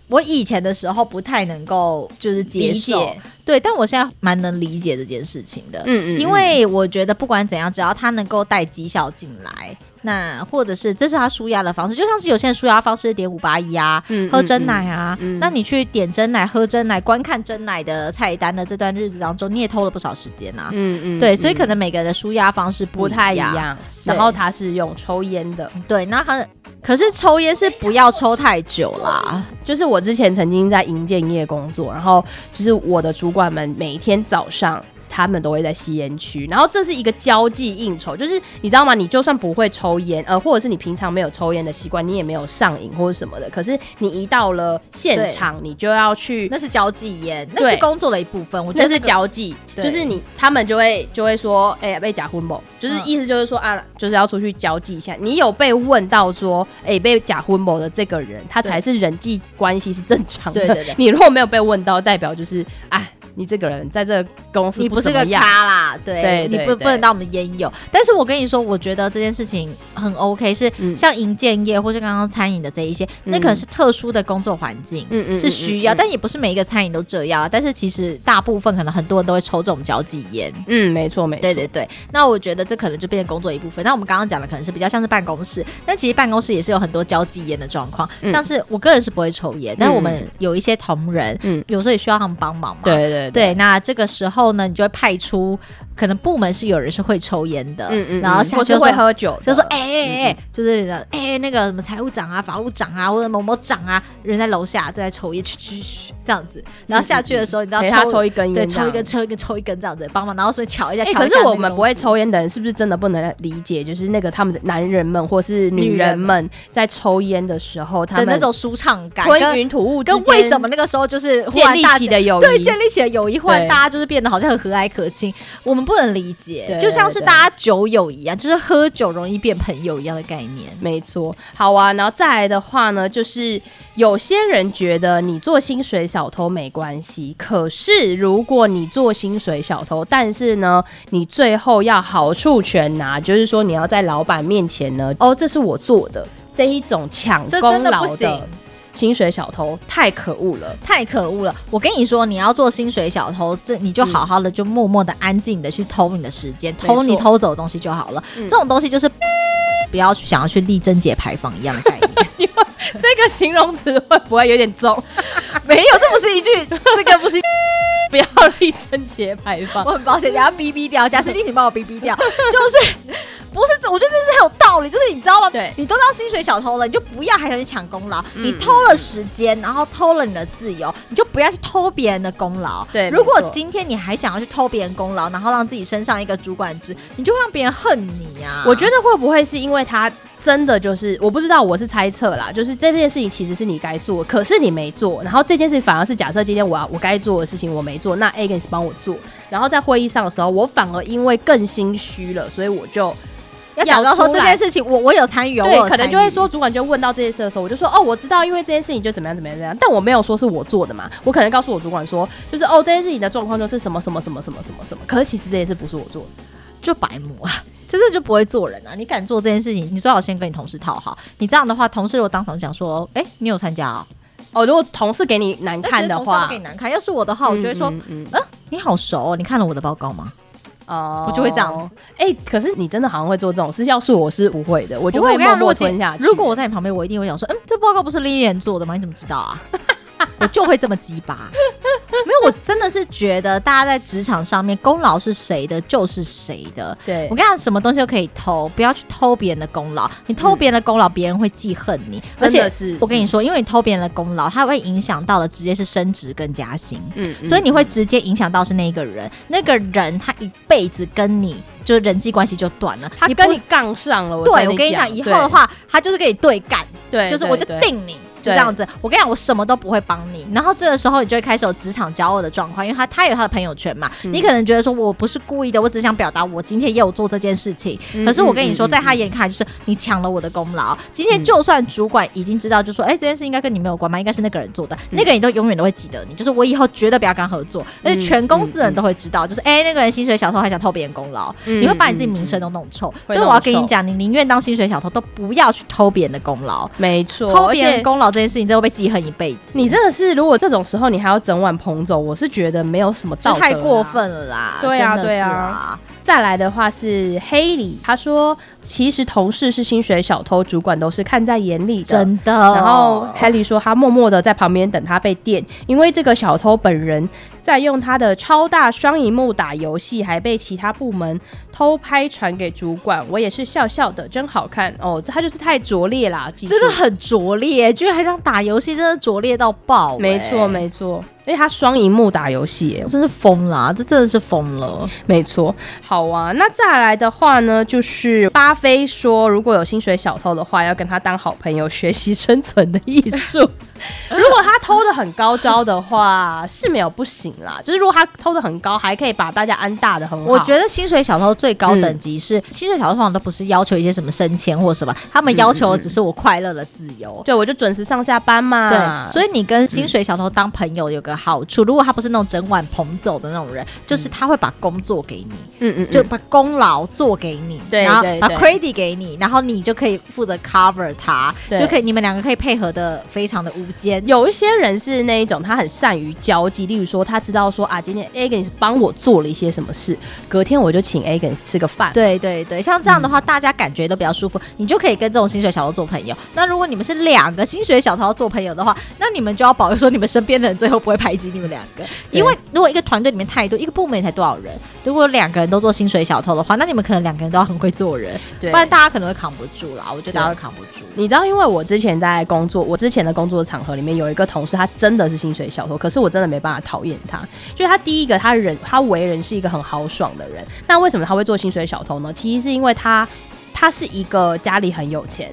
Speaker 2: 我以前的时候不太能够就是接
Speaker 1: 理
Speaker 2: 受
Speaker 1: 解，
Speaker 2: 对，但我现在蛮能理解这件事情的。
Speaker 1: 嗯
Speaker 2: 因为我觉得不管怎样，只要他能够带绩效进来，那或者是这是他舒压的方式，就像是有些人舒压方式是点五八一啊，
Speaker 1: 嗯
Speaker 2: 喝真奶啊，
Speaker 1: 嗯嗯
Speaker 2: 那你去点真奶、喝真奶、观看真奶的菜单的这段日子当中，你也偷了不少时间啊。
Speaker 1: 嗯嗯
Speaker 2: 对，所以可能每个人的舒压方式
Speaker 1: 不
Speaker 2: 一
Speaker 1: 太一
Speaker 2: 样。
Speaker 1: 样。
Speaker 2: 对
Speaker 1: 然后他是用抽烟的，
Speaker 2: 对，那他可是抽烟是不要抽太久啦。
Speaker 1: 就是我之前曾经在银建业工作，然后就是我的主管们每天早上。他们都会在吸烟区，然后这是一个交际应酬，就是你知道吗？你就算不会抽烟，呃，或者是你平常没有抽烟的习惯，你也没有上瘾或者什么的，可是你一到了现场，你就要去
Speaker 2: 那是交际烟，
Speaker 1: 对
Speaker 2: 那是工作的一部分。我觉
Speaker 1: 那
Speaker 2: 得
Speaker 1: 是
Speaker 2: 这个
Speaker 1: 交际，
Speaker 2: 对
Speaker 1: 就是你他们就会就会说，哎、被假婚某，就是
Speaker 2: 嗯
Speaker 1: 意思就是说、啊，就是要出去交际一下。你有被问到说，哎、被假婚某的这个人，他才是人际关系是正常的。
Speaker 2: 对对对
Speaker 1: <laughs> 你如果没有被问到，代表就是啊，你这个人在这个公司
Speaker 2: 你不是
Speaker 1: 怎么
Speaker 2: 个
Speaker 1: 样。
Speaker 2: 咖啦，对，
Speaker 1: 对对
Speaker 2: 你
Speaker 1: 对
Speaker 2: 不不能当我们的烟友。但是我跟你说，我觉得这件事情很 OK，是
Speaker 1: 嗯
Speaker 2: 像营建业或是刚刚餐饮的这一些，那可能是特殊的工作环境。
Speaker 1: 嗯嗯
Speaker 2: 是需要，
Speaker 1: 嗯
Speaker 2: 但也不是每一个餐饮都这样啊。但是其实大部分可能很多人都会抽这种交际烟。
Speaker 1: 嗯，没错没错，
Speaker 2: 对对对，那我觉得这可能就变成工作一部分。那我们刚刚讲的可能是比较像是办公室，但其实办公室也是有很多交际烟的状况。
Speaker 1: 嗯
Speaker 2: 像是我个人是不会抽烟，但是我们
Speaker 1: 嗯
Speaker 2: 有一些同仁，
Speaker 1: 嗯
Speaker 2: 有时候也需要他们帮忙嘛。
Speaker 1: 对对对
Speaker 2: 对，那这个时候呢，你就会派出可能部门是有人是会抽烟的，
Speaker 1: 嗯嗯，
Speaker 2: 然后
Speaker 1: 嗯
Speaker 2: 下
Speaker 1: 或
Speaker 2: 就是说
Speaker 1: 会喝酒的，
Speaker 2: 就说哎哎
Speaker 1: 嗯
Speaker 2: 哎，就是哎、欸、那个什么财务长啊、法务长啊，或者某某长啊，人在楼下正在抽烟，嘘嘘嘘这样子。然后下去的时候，你知道
Speaker 1: 陪哎他
Speaker 2: 抽
Speaker 1: 嗯抽一根烟，
Speaker 2: 对抽一根。抽一根抽一根这样子帮忙，然后所以瞧一下。
Speaker 1: 哎、
Speaker 2: 瞧
Speaker 1: 可
Speaker 2: 一下
Speaker 1: 是我
Speaker 2: 那个
Speaker 1: 们
Speaker 2: 东
Speaker 1: 不会
Speaker 2: 西
Speaker 1: 抽烟的人，是不是真的不能理解？就是那个他们的男人们或是女人们在抽烟的时候，他
Speaker 2: 的
Speaker 1: 们
Speaker 2: 那种舒畅感，
Speaker 1: 吞
Speaker 2: 跟
Speaker 1: 云吐雾之
Speaker 2: 跟
Speaker 1: 间，
Speaker 2: 为什么那个时候就是忽
Speaker 1: 建
Speaker 2: 然
Speaker 1: 立
Speaker 2: 大
Speaker 1: 起
Speaker 2: 家
Speaker 1: 的友谊？
Speaker 2: 对，建立起了友谊，忽然
Speaker 1: 对
Speaker 2: 大家就是变得好像很和蔼可亲，我们不能理解
Speaker 1: 对，
Speaker 2: 就像是
Speaker 1: 对
Speaker 2: 大家酒友一样，就是喝酒容易变朋友一样的概念。
Speaker 1: 没错，好啊，然后再来的话呢，就是有些人觉得你做薪水小偷没关系，可是如果你做薪水小偷，但是呢，你最后要好处全拿，就是说你要在老板面前呢，哦，这是我做的这一种抢
Speaker 2: 这
Speaker 1: 功
Speaker 2: 真的
Speaker 1: 劳
Speaker 2: 不行
Speaker 1: 的薪水小偷，太可恶了。
Speaker 2: 太可恶了！我跟你说，你要做薪水小偷，这你就好好的，就默默的、安静的去偷你的时间，
Speaker 1: 错
Speaker 2: 偷你偷走的东西就好了。
Speaker 1: 嗯
Speaker 2: 这种东西就是 <laughs> 不要去想要去力争节牌坊一样的概念。
Speaker 1: <laughs> 这个形容词会不会有点重？
Speaker 2: <laughs>
Speaker 1: <laughs>
Speaker 2: 没有，这不是一句，这个不是。
Speaker 1: 不要力争节牌坊
Speaker 2: 我。很抱歉，等一下逼逼掉，贾斯汀，请帮我逼逼掉。就是不是这？我觉得这是很有道理，就是你知道吗？
Speaker 1: 对
Speaker 2: 你都当薪水小偷了，你就不要还想去抢功劳。
Speaker 1: 嗯
Speaker 2: 你偷了时间，然后偷了你的自由，你就不要去偷别人的功劳。
Speaker 1: 对
Speaker 2: 如果
Speaker 1: 没错
Speaker 2: 今天你还想要去偷别人功劳，然后让自己身上一个主管职，你就会让别人恨你啊呀、
Speaker 1: 我觉得会不会是因为他真的就是我不知道，我是猜测啦，就是这件事情其实是你该做，可是你没做，然后这件事情反而是假设今天我要我该做的事情我没做，那 Agnes 帮我做，然后在会议上的时候，我反而因为更心虚了，所以我就
Speaker 2: 要假装
Speaker 1: 咬
Speaker 2: 说
Speaker 1: 出
Speaker 2: 这
Speaker 1: 来
Speaker 2: 件事情我，我有参与哦，我
Speaker 1: 对
Speaker 2: 有，
Speaker 1: 可能
Speaker 2: 参
Speaker 1: 就会
Speaker 2: 与
Speaker 1: 说主管就问到这件事的时候，我就说哦，我知道，因为这件事情就怎么样怎么样怎么样，但我没有说是我做的嘛，我可能告诉我主管说，就是哦，这件事情的状况就是什么什么什么什么什么什么，可是其实这件事不是我做的。
Speaker 2: 就白目 <laughs> 啊，真的就不会做人啊！你敢做这件事情，你最好先跟你同事讨好。你这样的话，同事如果当场讲说：“哎、你有参加哦
Speaker 1: 哦，如果同事给你难？”看的
Speaker 2: 那其实同事
Speaker 1: 话
Speaker 2: 会给，你难看。要是我的话，我就会说：“
Speaker 1: 嗯嗯嗯
Speaker 2: 啊你好熟、哦，你看了我的报告吗
Speaker 1: 哦
Speaker 2: 我就会这样子。
Speaker 1: 哎、可是你真的好像会做这种事，要是我是不会的，我？”就
Speaker 2: 不过
Speaker 1: 会
Speaker 2: 我跟你
Speaker 1: 默默
Speaker 2: 讲如果
Speaker 1: 吞
Speaker 2: 今
Speaker 1: 下去。
Speaker 2: 如果我在你旁边，我一定会想说：“嗯，这报告不是李岩做的吗？你怎么知道啊？” <laughs> 我就会这么鸡巴。没有，我真的是觉得大家在职场上面，功劳是谁的就是谁的。
Speaker 1: 对
Speaker 2: 我跟你讲，什么东西都可以偷，不要去偷别人的功劳。你偷别人的功劳，别人会记恨你。而
Speaker 1: 真
Speaker 2: 且
Speaker 1: 的是
Speaker 2: 我跟你说，因为你偷别人的功劳，它会影响到的直接是升职跟加薪，
Speaker 1: 嗯，嗯
Speaker 2: 所以你会直接影响到是那个人，那个人他一辈子跟你就是人际关系就断了，
Speaker 1: 他
Speaker 2: 你
Speaker 1: 跟
Speaker 2: 不
Speaker 1: 你杠上了，
Speaker 2: 对，
Speaker 1: 真
Speaker 2: 我
Speaker 1: 的
Speaker 2: 跟你讲，以后的，话，他就是跟你对干，
Speaker 1: 对，对
Speaker 2: 就是我就，
Speaker 1: 对
Speaker 2: 定你。就
Speaker 1: 对
Speaker 2: 这样子，我跟你讲，我什么都不会帮你。然后这个时候，你就会开始有职场骄傲的状况，因为他他有他的朋友圈嘛。
Speaker 1: 嗯
Speaker 2: 你可能觉得说我不是故意的，我只想表达我今天也有做这件事情。
Speaker 1: 嗯
Speaker 2: 可是我跟你说，
Speaker 1: 嗯嗯
Speaker 2: 在
Speaker 1: 嗯
Speaker 2: 他眼里看来就是你抢了我的功劳。今天
Speaker 1: 嗯
Speaker 2: 就算主管已经知道，就说哎、这件事应该跟你没有关吧，应该是那个人做的，
Speaker 1: 嗯
Speaker 2: 那个人都永远都会记得你。就是我以后绝对不要跟他合作，而且全公司的人都会知道，就是哎、那个人薪水小偷还想偷别人功劳，
Speaker 1: 嗯
Speaker 2: 你会把你自己名声都弄臭。
Speaker 1: 会
Speaker 2: 所以我
Speaker 1: 弄
Speaker 2: 要跟
Speaker 1: 臭
Speaker 2: 你讲，你宁愿当薪水小偷，都不要去偷别人的功劳。
Speaker 1: 嗯没错，
Speaker 2: 偷
Speaker 1: 而
Speaker 2: 别
Speaker 1: 且
Speaker 2: 人功劳这件事情，真的会被记恨一辈子。
Speaker 1: 你真的是，如果这种时候你还要整晚捧走，我是觉得没有什么道
Speaker 2: 就
Speaker 1: 德、
Speaker 2: 太过。分了啦！
Speaker 1: 对啊
Speaker 2: 真的
Speaker 1: 对
Speaker 2: 是
Speaker 1: 啊
Speaker 2: 啦，
Speaker 1: 再来的话是黑里，他说其实同事是薪水小偷，主管都是看在眼里的。
Speaker 2: 真的。
Speaker 1: 然后 h a l l y 说，他默默的在旁边等他被电，因为这个小偷本人在用他的超大双荧幕打游戏，还被其他部门偷拍传给主管。我也是笑笑的，真好看哦，他就是太拙劣啦，技术
Speaker 2: 真的很拙劣，居然还想打游戏，真的拙劣到爆、
Speaker 1: 没错
Speaker 2: 哎
Speaker 1: 没错，因为他双荧幕打游戏耶，
Speaker 2: 真是疯了啊、这真的是疯了。
Speaker 1: 没错，好啊。那再来的话呢，就是巴菲说，如果有薪水小偷的话，要跟他当好朋友，学习生存的艺术。如果他偷的很高招的话，是没有不行啦。就是如果他偷的很高，还可以把大家安大的很好。
Speaker 2: 我觉得薪水小偷最高
Speaker 1: 嗯
Speaker 2: 等级是、薪水小偷，通常都不是要求一些什么升迁或什么，他们要求的
Speaker 1: 嗯
Speaker 2: 只是我快乐的自由。
Speaker 1: 对，我就准时上下班嘛。
Speaker 2: 对，所
Speaker 1: 以
Speaker 2: 以你跟薪水小偷当朋友有个好处，如果他不是那种整晚捧走的那种人，就是他会把工作给你，
Speaker 1: 嗯嗯，
Speaker 2: 就
Speaker 1: 就
Speaker 2: 把功劳做给你，
Speaker 1: 对
Speaker 2: 然后
Speaker 1: 对
Speaker 2: 把
Speaker 1: 对
Speaker 2: credit 给你，然后你就可以负责 cover 他，
Speaker 1: 对
Speaker 2: 就可以你们两个可以配合的非常的无间。
Speaker 1: 有一些人是那一种，他很善于交际，例如说他知道说啊，今天 Agnes 帮我做了一些什么事，隔天我就请 Agnes 吃个饭。
Speaker 2: 对对对，像这样的
Speaker 1: 嗯
Speaker 2: 话，大家感觉都比较舒服，你就可以跟这种薪水小偷做朋友。那如果你们是两个薪水小偷做朋友的话，那你们就要保佑说你们身边的人最后不会排挤你们两个，
Speaker 1: 对
Speaker 2: 因为如果一个团队里面太多，一个部门才多少人，如果两个人都做薪水小偷的话，那你们可能两个人都要很会做人，
Speaker 1: 对
Speaker 2: 不然大家可能会扛不住啦。我觉得大家会扛不住。
Speaker 1: 你知道，因为我之前在工作，我之前的工作场合里面有一个同事，他真的是薪水小偷，可是我真的没办法讨厌他。就是他第一个，他人他为人是一个很豪爽的人。那为什么他会做薪水小偷呢？其实是因为他他是一个家里很有钱，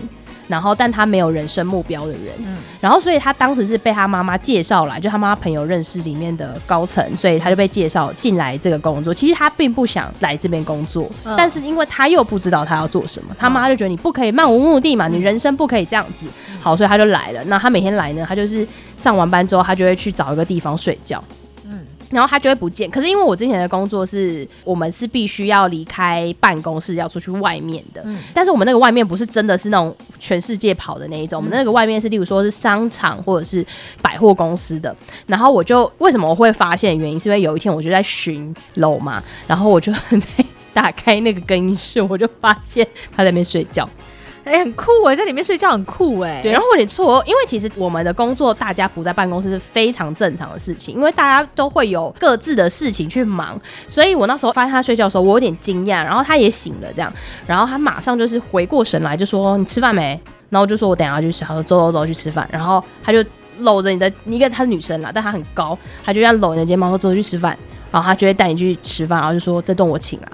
Speaker 1: 然后但他没有人生目标的人。
Speaker 2: 嗯
Speaker 1: 然后所以他当时是被他妈妈介绍来，就他妈妈朋友认识里面的高层，所以他就被介绍进来这个工作。其实他并不想来这边工作，
Speaker 2: 嗯
Speaker 1: 但是因为他又不知道他要做什么，他妈就觉得你不可以漫无目的嘛，
Speaker 2: 嗯
Speaker 1: 你人生不可以这样子。好，所以他就来了。那他每天来呢，他就是上完班之后，他就会去找一个地方睡觉。
Speaker 2: 嗯，
Speaker 1: 然后他就会不见。可是因为我之前的工作是，我们是必须要离开办公室，要出去外面的。
Speaker 2: 嗯
Speaker 1: 但是我们那个外面不是真的是那种全世界跑的那一种，我们那个外面是例如说是商场或者是百货公司的。然后我就为什么我会发现原因，是因为有一天我就在巡楼嘛，然后我就 <laughs> 在打开那个更衣室，我就发现他在那边睡觉。
Speaker 2: 哎、很酷
Speaker 1: 欸
Speaker 2: 哎、在里面睡觉很酷哎、
Speaker 1: 对，然后我有点错愕，因为其实我们的工作大家不在办公室是非常正常的事情，因为大家都会有各自的事情去忙，所以我那时候发现他睡觉的时候，我有点惊讶，然后他也醒了这样，然后他马上就是回过神来就说：“你吃饭没？”然后我就说：“我等一下去吃。”他说：“走走走，去吃饭。”然后他就搂着你的，你一个她是女生啦，但她很高，她就这样搂你的肩膀说：“走去吃饭。”然后他就会带你去吃饭，然后就说：“这顿我请啊。”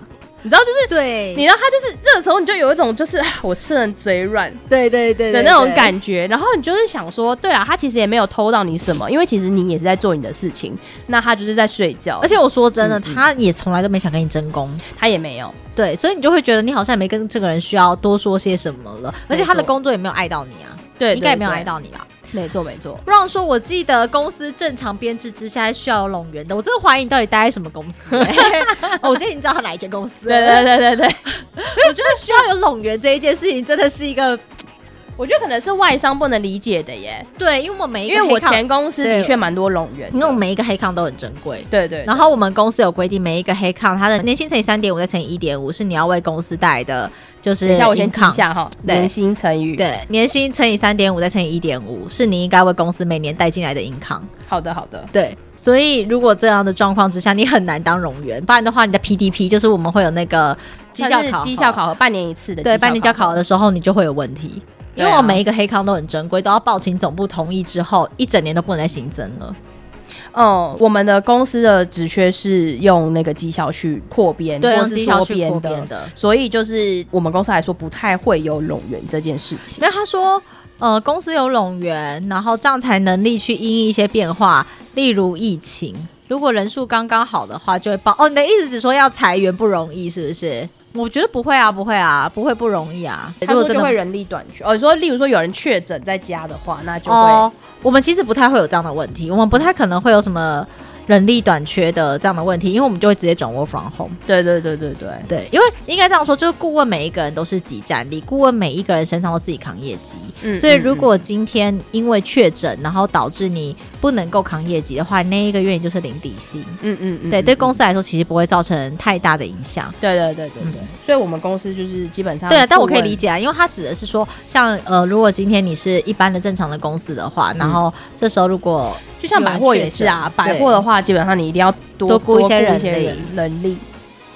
Speaker 1: 你知道，就是
Speaker 2: 对，
Speaker 1: 你知道，他就是这个时候，你就有一种就是啊我吃人嘴软，
Speaker 2: 对对对
Speaker 1: 的那种感觉。然后你就是想说，对啊，他其实也没有偷到你什么，因为其实你也是在做你的事情，那他就是在睡觉，
Speaker 2: 而且我说真的，
Speaker 1: 嗯嗯
Speaker 2: 他也从来都没想跟你争功，
Speaker 1: 他也没有。
Speaker 2: 对，所以你就会觉得你好像也没跟这个人需要多说些什么了，而且他
Speaker 1: 没
Speaker 2: 的
Speaker 1: 错
Speaker 2: 工作也没有碍到你啊，
Speaker 1: 对，
Speaker 2: 应该也没有
Speaker 1: 对
Speaker 2: 碍，到你
Speaker 1: 对
Speaker 2: 吧？
Speaker 1: 没错没错。
Speaker 2: 不然说，我记得公司正常编制之下需要有拢员的，我真的怀疑你到底待在什么公
Speaker 1: <laughs>
Speaker 2: 司、 <laughs> 欸哦我今天已经知道他哪一间公司了，
Speaker 1: 对对对对对，
Speaker 2: 我觉得需要有拢员这一件事情真的是一个
Speaker 1: 我觉得可能是外商不能理解的耶，
Speaker 2: 对，因为我每一
Speaker 1: 因
Speaker 2: 个
Speaker 1: 为我
Speaker 2: 黑抗，
Speaker 1: 前公司
Speaker 2: 对
Speaker 1: 的确蛮多冗员的，
Speaker 2: 因为我每一个黑抗都很珍贵。
Speaker 1: 对对，
Speaker 2: 然后我们公司有规定，每一个黑抗它的年薪乘以三点五，再乘以一点五，是你要为公司带来的，就是
Speaker 1: 等一下我先记
Speaker 2: income
Speaker 1: 一下哈，
Speaker 2: 对
Speaker 1: 年薪成语，，
Speaker 2: 对，年薪乘以三点五，再乘以一点五，是你应该为公司每年带进来的 income。
Speaker 1: 好的好的，
Speaker 2: 对，所以如果这样的状况之下，你很难当冗员，不然的话，你的 PDP 就是我们会有那个绩效
Speaker 1: 算是
Speaker 2: 考核，
Speaker 1: 绩效考核半年一次的，
Speaker 2: 对，半
Speaker 1: 绩
Speaker 2: 年绩
Speaker 1: 效
Speaker 2: 效考核的时候，你就会有问题。因为
Speaker 1: 对啊
Speaker 2: 我每一个黑康都很珍贵，都要报请总部同意之后，一整年都不能再新增了。
Speaker 1: 嗯，我们的公司的职缺是用那个绩效去扩编，
Speaker 2: 对，
Speaker 1: 或
Speaker 2: 用
Speaker 1: 是
Speaker 2: 绩效
Speaker 1: 缩
Speaker 2: 去扩
Speaker 1: 的
Speaker 2: 编，的。
Speaker 1: 所以就是我们公司来说不太会有冗员这件事情。
Speaker 2: 没有，他说，呃，公司有拢员，然后这样才能力去因应一些变化，例如疫情。如果人数刚刚好的话，就会报。哦，你的意思只说要裁员不容易，是不是？我觉得不会啊，不会啊，不会不容易啊。如
Speaker 1: 他
Speaker 2: 果
Speaker 1: 说
Speaker 2: 真
Speaker 1: 就
Speaker 2: 的
Speaker 1: 会人力短缺，哦，你说例如说有人确诊在家的话，那就会、
Speaker 2: 哦，我们其实不太会有这样的问题，我们不太可能会有什么人力短缺的这样的问题，因为我们就会直接转 work from home。
Speaker 1: 对对对对对，
Speaker 2: 对，因为应该这样说，就是顾问每一个人都是集战力，顾问每一个人身上都自己扛业绩。
Speaker 1: 嗯
Speaker 2: 所以，如果今天因为确诊，然后导致你不能够扛业绩的话，那一个月你就是零底薪。
Speaker 1: 嗯嗯嗯，
Speaker 2: 对，
Speaker 1: 嗯
Speaker 2: 对公司来说其实不会造成太大的影响。
Speaker 1: 对对对对对，
Speaker 2: 嗯
Speaker 1: 所以我们公司就是基本上
Speaker 2: 对，但我可以理
Speaker 1: 解，
Speaker 2: 解啊，因为他指的是说，像呃，如果今天你是一般的正常的公司的
Speaker 1: 嗯
Speaker 2: 话，然后这时候如果
Speaker 1: 就像百货也是啊，
Speaker 2: 有人确诊
Speaker 1: 百货的话基本上你一定要多
Speaker 2: 多
Speaker 1: 雇
Speaker 2: 雇一些
Speaker 1: 人
Speaker 2: 人
Speaker 1: 人力，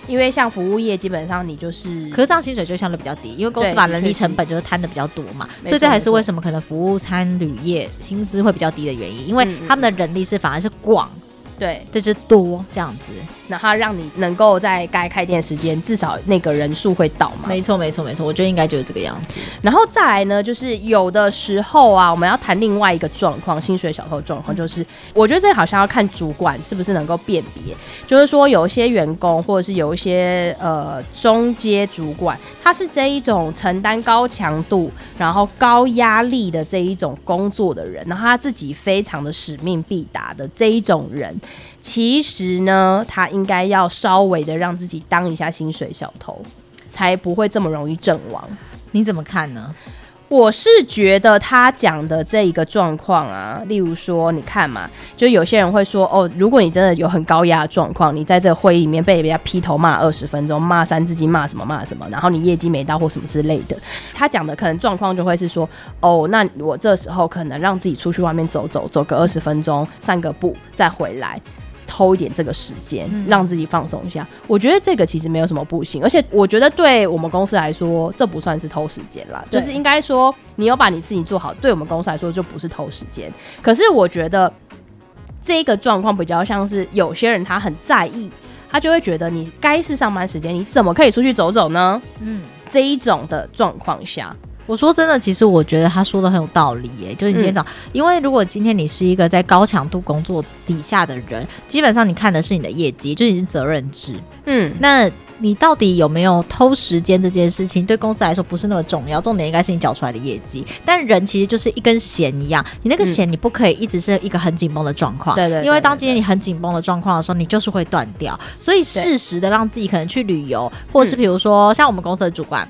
Speaker 1: 因为像服务业基本上你就是
Speaker 2: 可是这样薪水就相对比较低，因为公司
Speaker 1: 对
Speaker 2: 把
Speaker 1: 的
Speaker 2: 人
Speaker 1: 确
Speaker 2: 力
Speaker 1: 是
Speaker 2: 成本就是摊的比较多嘛，
Speaker 1: 没
Speaker 2: 所以这
Speaker 1: 错
Speaker 2: 还
Speaker 1: 没
Speaker 2: 是
Speaker 1: 错
Speaker 2: 为什么可能服务餐旅业薪资会比较低的原因，因为
Speaker 1: 嗯嗯
Speaker 2: 他们的人力是反而是广，
Speaker 1: 对，
Speaker 2: 对，就是多这样子。
Speaker 1: 然后让你能够在该开店时间至少那个人数会到嘛，
Speaker 2: 没错，没错，没错，我觉得应该就是这个样子。
Speaker 1: 然后再来呢，就是有的时候啊，我们要谈另外一个状况，薪水小偷状况，就是我觉得这好像要看主管是不是能够辨别，就是说有一些员工或者是有一些呃中阶主管，他是这一种承担高强度然后高压力的这一种工作的人，然后他自己非常的使命必达的这一种人，其实呢，他应该要稍微的让自己当一下薪水小偷，才不会这么容易阵亡。
Speaker 2: 你怎么看呢？
Speaker 1: 我是觉得他讲的这一个状况啊，例如说，你看嘛，就有些人会说，哦，如果你真的有很高压的状况，你在这个会议里面被人家劈头骂二十分钟，骂三字经，骂什么骂什么，然后你业绩没到或什么之类的，他讲的可能状况就会是说，哦，那我这时候可能让自己出去外面走走，走个二十分钟，散个步，再回来。偷一点这个时间，让自己放松一下。我觉得这个其实没有什么不行，而且我觉得对我们公司来说，这不算是偷时间啦，就
Speaker 2: 对
Speaker 1: 是应该说你有把你自己做好，对我们公司来说就不是偷时间。可是我觉得这个状况比较像是有些人他很在意，他就会觉得你该是上班时间，你怎么可以出去走走呢？
Speaker 2: 嗯，
Speaker 1: 这一种的状况下，
Speaker 2: 我说真的，其实我觉得他说的很有道理耶、就是你今天早，因为如果今天你是一个在高强度工作底下的人，基本上你看的是你的业绩，就是你是责任制。
Speaker 1: 嗯，
Speaker 2: 那你到底有没有偷时间这件事情，对公司来说不是那么重要，重点应该是你缴出来的业绩。但人其实就是一根弦一样，你那个弦你不可以一直是一个很紧绷的状况，
Speaker 1: 嗯对对对
Speaker 2: 因为当今天你很紧绷的状况的时候，你就是会断掉。所以适时的让自己可能去旅游，或
Speaker 1: 嗯
Speaker 2: 是比如说像我们公司的主管。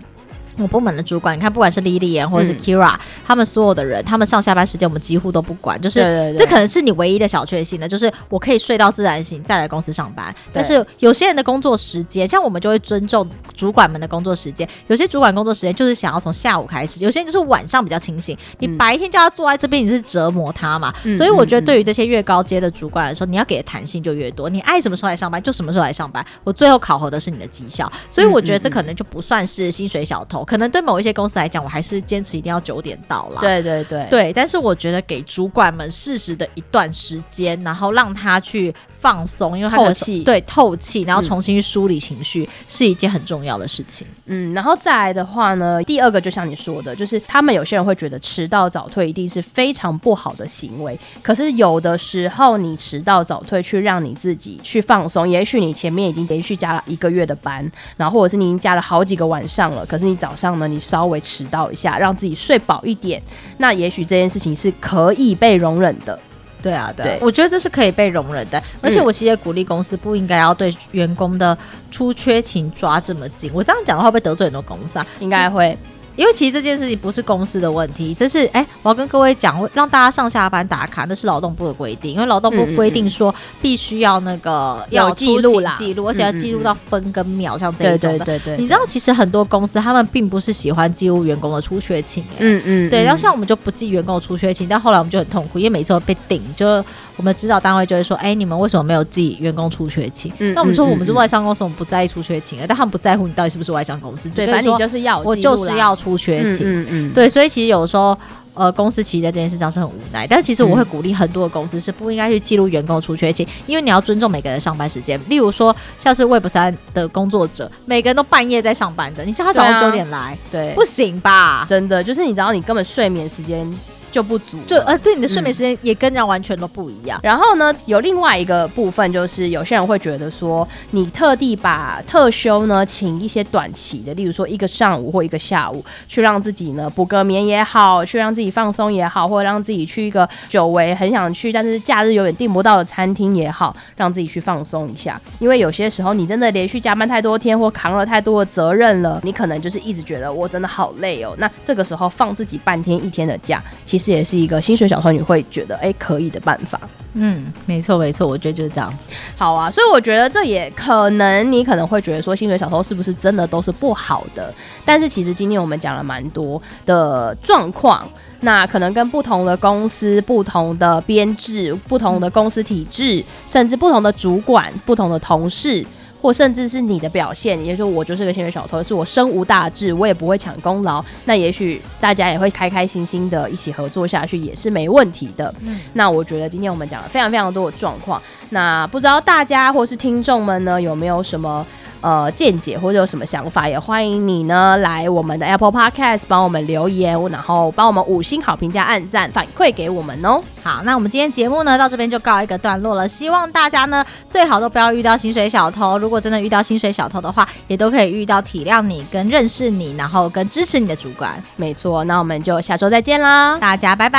Speaker 2: 我部门的主管，你看，不管是 Lilian 或者是
Speaker 1: 嗯
Speaker 2: Kira，、他们所有的人，他们上下班时间我们几乎都不管，就是
Speaker 1: 对对对，
Speaker 2: 这可能是你唯一的小确幸呢，就是我可以睡到自然醒再来公司上班。但是有些人的工作时间，像我们就会尊重主管们的工作时间。有些主管工作时间就是想要从下午开始，有些人就是晚上比较清醒。你
Speaker 1: 嗯
Speaker 2: 白天叫他坐在这边，你是折磨他嘛？
Speaker 1: 嗯
Speaker 2: 所以我觉得
Speaker 1: 嗯嗯
Speaker 2: 对于这些越高阶的主管来说，你要给的弹性就越多，你爱什么时候来上班就什么时候来上班。我最后考核的是你的绩
Speaker 1: 嗯
Speaker 2: 效，所以我觉得这可能就不算是薪水小偷，可能对某一些公司来讲，我还是坚持一定要九点到啦。
Speaker 1: 对对对
Speaker 2: 对，但是我觉得给主管们适时的一段时间，然后让他去放松，因为他可能
Speaker 1: 透气
Speaker 2: 对透气，然后
Speaker 1: 嗯
Speaker 2: 重新梳理情绪、是一件很重要的事情。
Speaker 1: 嗯，然后再来的话呢，第二个就像你说的，就是他们有些人会觉得迟到早退一定是非常不好的行为，可是有的时候你迟到早退去让你自己去放松，也许你前面已经连续加了一个月的班，然后或者是你已经加了好几个晚上了，可是你早上呢，你稍微迟到一下，让自己睡饱一点，那也许这件事情是可以被容忍的。
Speaker 2: 对啊，对嗯
Speaker 1: 啊
Speaker 2: 我觉得这是可以被容忍的，而且我其实也鼓励公司不应该要对员工的出缺勤抓这么紧。我这样讲的话，会不会得罪很多公司啊？
Speaker 1: 应该会，
Speaker 2: 因为其实这件事情不是公司的问题，这是哎，我要跟各位讲，让大家上下班打卡，那是劳动部的规定，因为劳动部
Speaker 1: 嗯嗯
Speaker 2: 规定说必须要那个
Speaker 1: 有
Speaker 2: 要
Speaker 1: 记
Speaker 2: 出
Speaker 1: 录
Speaker 2: 勤
Speaker 1: 啦
Speaker 2: 记录，而且要
Speaker 1: 嗯嗯
Speaker 2: 记录
Speaker 1: 嗯
Speaker 2: 到分跟秒，像这
Speaker 1: 对
Speaker 2: 一种
Speaker 1: 对
Speaker 2: 的。
Speaker 1: 对对，
Speaker 2: 你知道，其实很多公司他们并不是喜欢记录员工的出缺勤、欸，
Speaker 1: 嗯嗯，
Speaker 2: 对，
Speaker 1: 嗯
Speaker 2: 然后像我们就不记员工的出缺勤，但后来我们就很痛苦，因为每次都被顶，就我们的指导单位就会说，哎、你们为什么没有记员工出缺勤？
Speaker 1: 嗯
Speaker 2: 那我们说
Speaker 1: 嗯嗯
Speaker 2: 我们是
Speaker 1: 嗯
Speaker 2: 外商公司，我们不在意出缺勤，但他们不在乎你到底是不是外商公司，
Speaker 1: 对，
Speaker 2: 只跟
Speaker 1: 反正你
Speaker 2: 说
Speaker 1: 就是要有
Speaker 2: 我
Speaker 1: 记录
Speaker 2: 就是
Speaker 1: 啦
Speaker 2: 要出缺勤。
Speaker 1: 嗯嗯，嗯，
Speaker 2: 对，所以其实有时候。呃，公司其实在这件事上是很无奈，但其实我会鼓励很多的公司是不应该去记录员工的出缺勤，因为你要尊重每个人的上班时间。例如说，像是 Web 三的工作者，每个人都半夜在上班的，你叫他早
Speaker 1: 对
Speaker 2: 上
Speaker 1: 啊
Speaker 2: 九点来，
Speaker 1: 对，
Speaker 2: 不行吧？
Speaker 1: 真的，就是你知道，你根本睡眠时间就不足了，
Speaker 2: 就呃，对你的睡眠时间也跟人家完全都不一样。
Speaker 1: 然后呢，有另外一个部分，就是有些人会觉得说，你特地把特休呢，请一些短期的，例如说一个上午或一个下午，去让自己呢补个眠也好，去让自己放松也好，或者让自己去一个久违很想去，但是假日有点订不到的餐厅也好，让自己去放松一下。因为有些时候你真的连续加班太多天，或扛了太多的责任了，你可能就是一直觉得我真的好累哦。那这个时候放自己半天一天的假，其实也是一个薪水小偷你会觉得哎可以的办法。
Speaker 2: 嗯，没错没错，我觉得就是这样子。
Speaker 1: 好啊，所以我觉得这也可能你可能会觉得说薪水小偷是不是真的都是不好的？但是其实今天我们讲了蛮多的状况，那可能跟不同的公司、不同的编制、不同的公司体制，甚至不同的主管、不同的同事。或甚至是你的表现，也就是我就是个薪水小偷，是我身无大志，我也不会抢功劳。那也许大家也会开开心心的一起合作下去，也是没问题的。那我觉得今天我们讲了非常非常多的状况，那不知道大家或是听众们呢，有没有什么呃见解或者有什么想法？也欢迎你呢来我们的 Apple Podcast 帮我们留言，然后帮我们五星好评加按赞反馈给我们哦。
Speaker 2: 好，那我们今天节目呢到这边就告一个段落了。希望大家呢最好都不要遇到薪水小偷，如果真的遇到薪水小偷的话，也都可以遇到体谅你、跟认识你，然后跟支持你的主管。
Speaker 1: 没错，那我们就下周再见啦，
Speaker 2: 大家拜拜，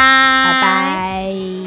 Speaker 1: 拜
Speaker 2: 拜
Speaker 1: 拜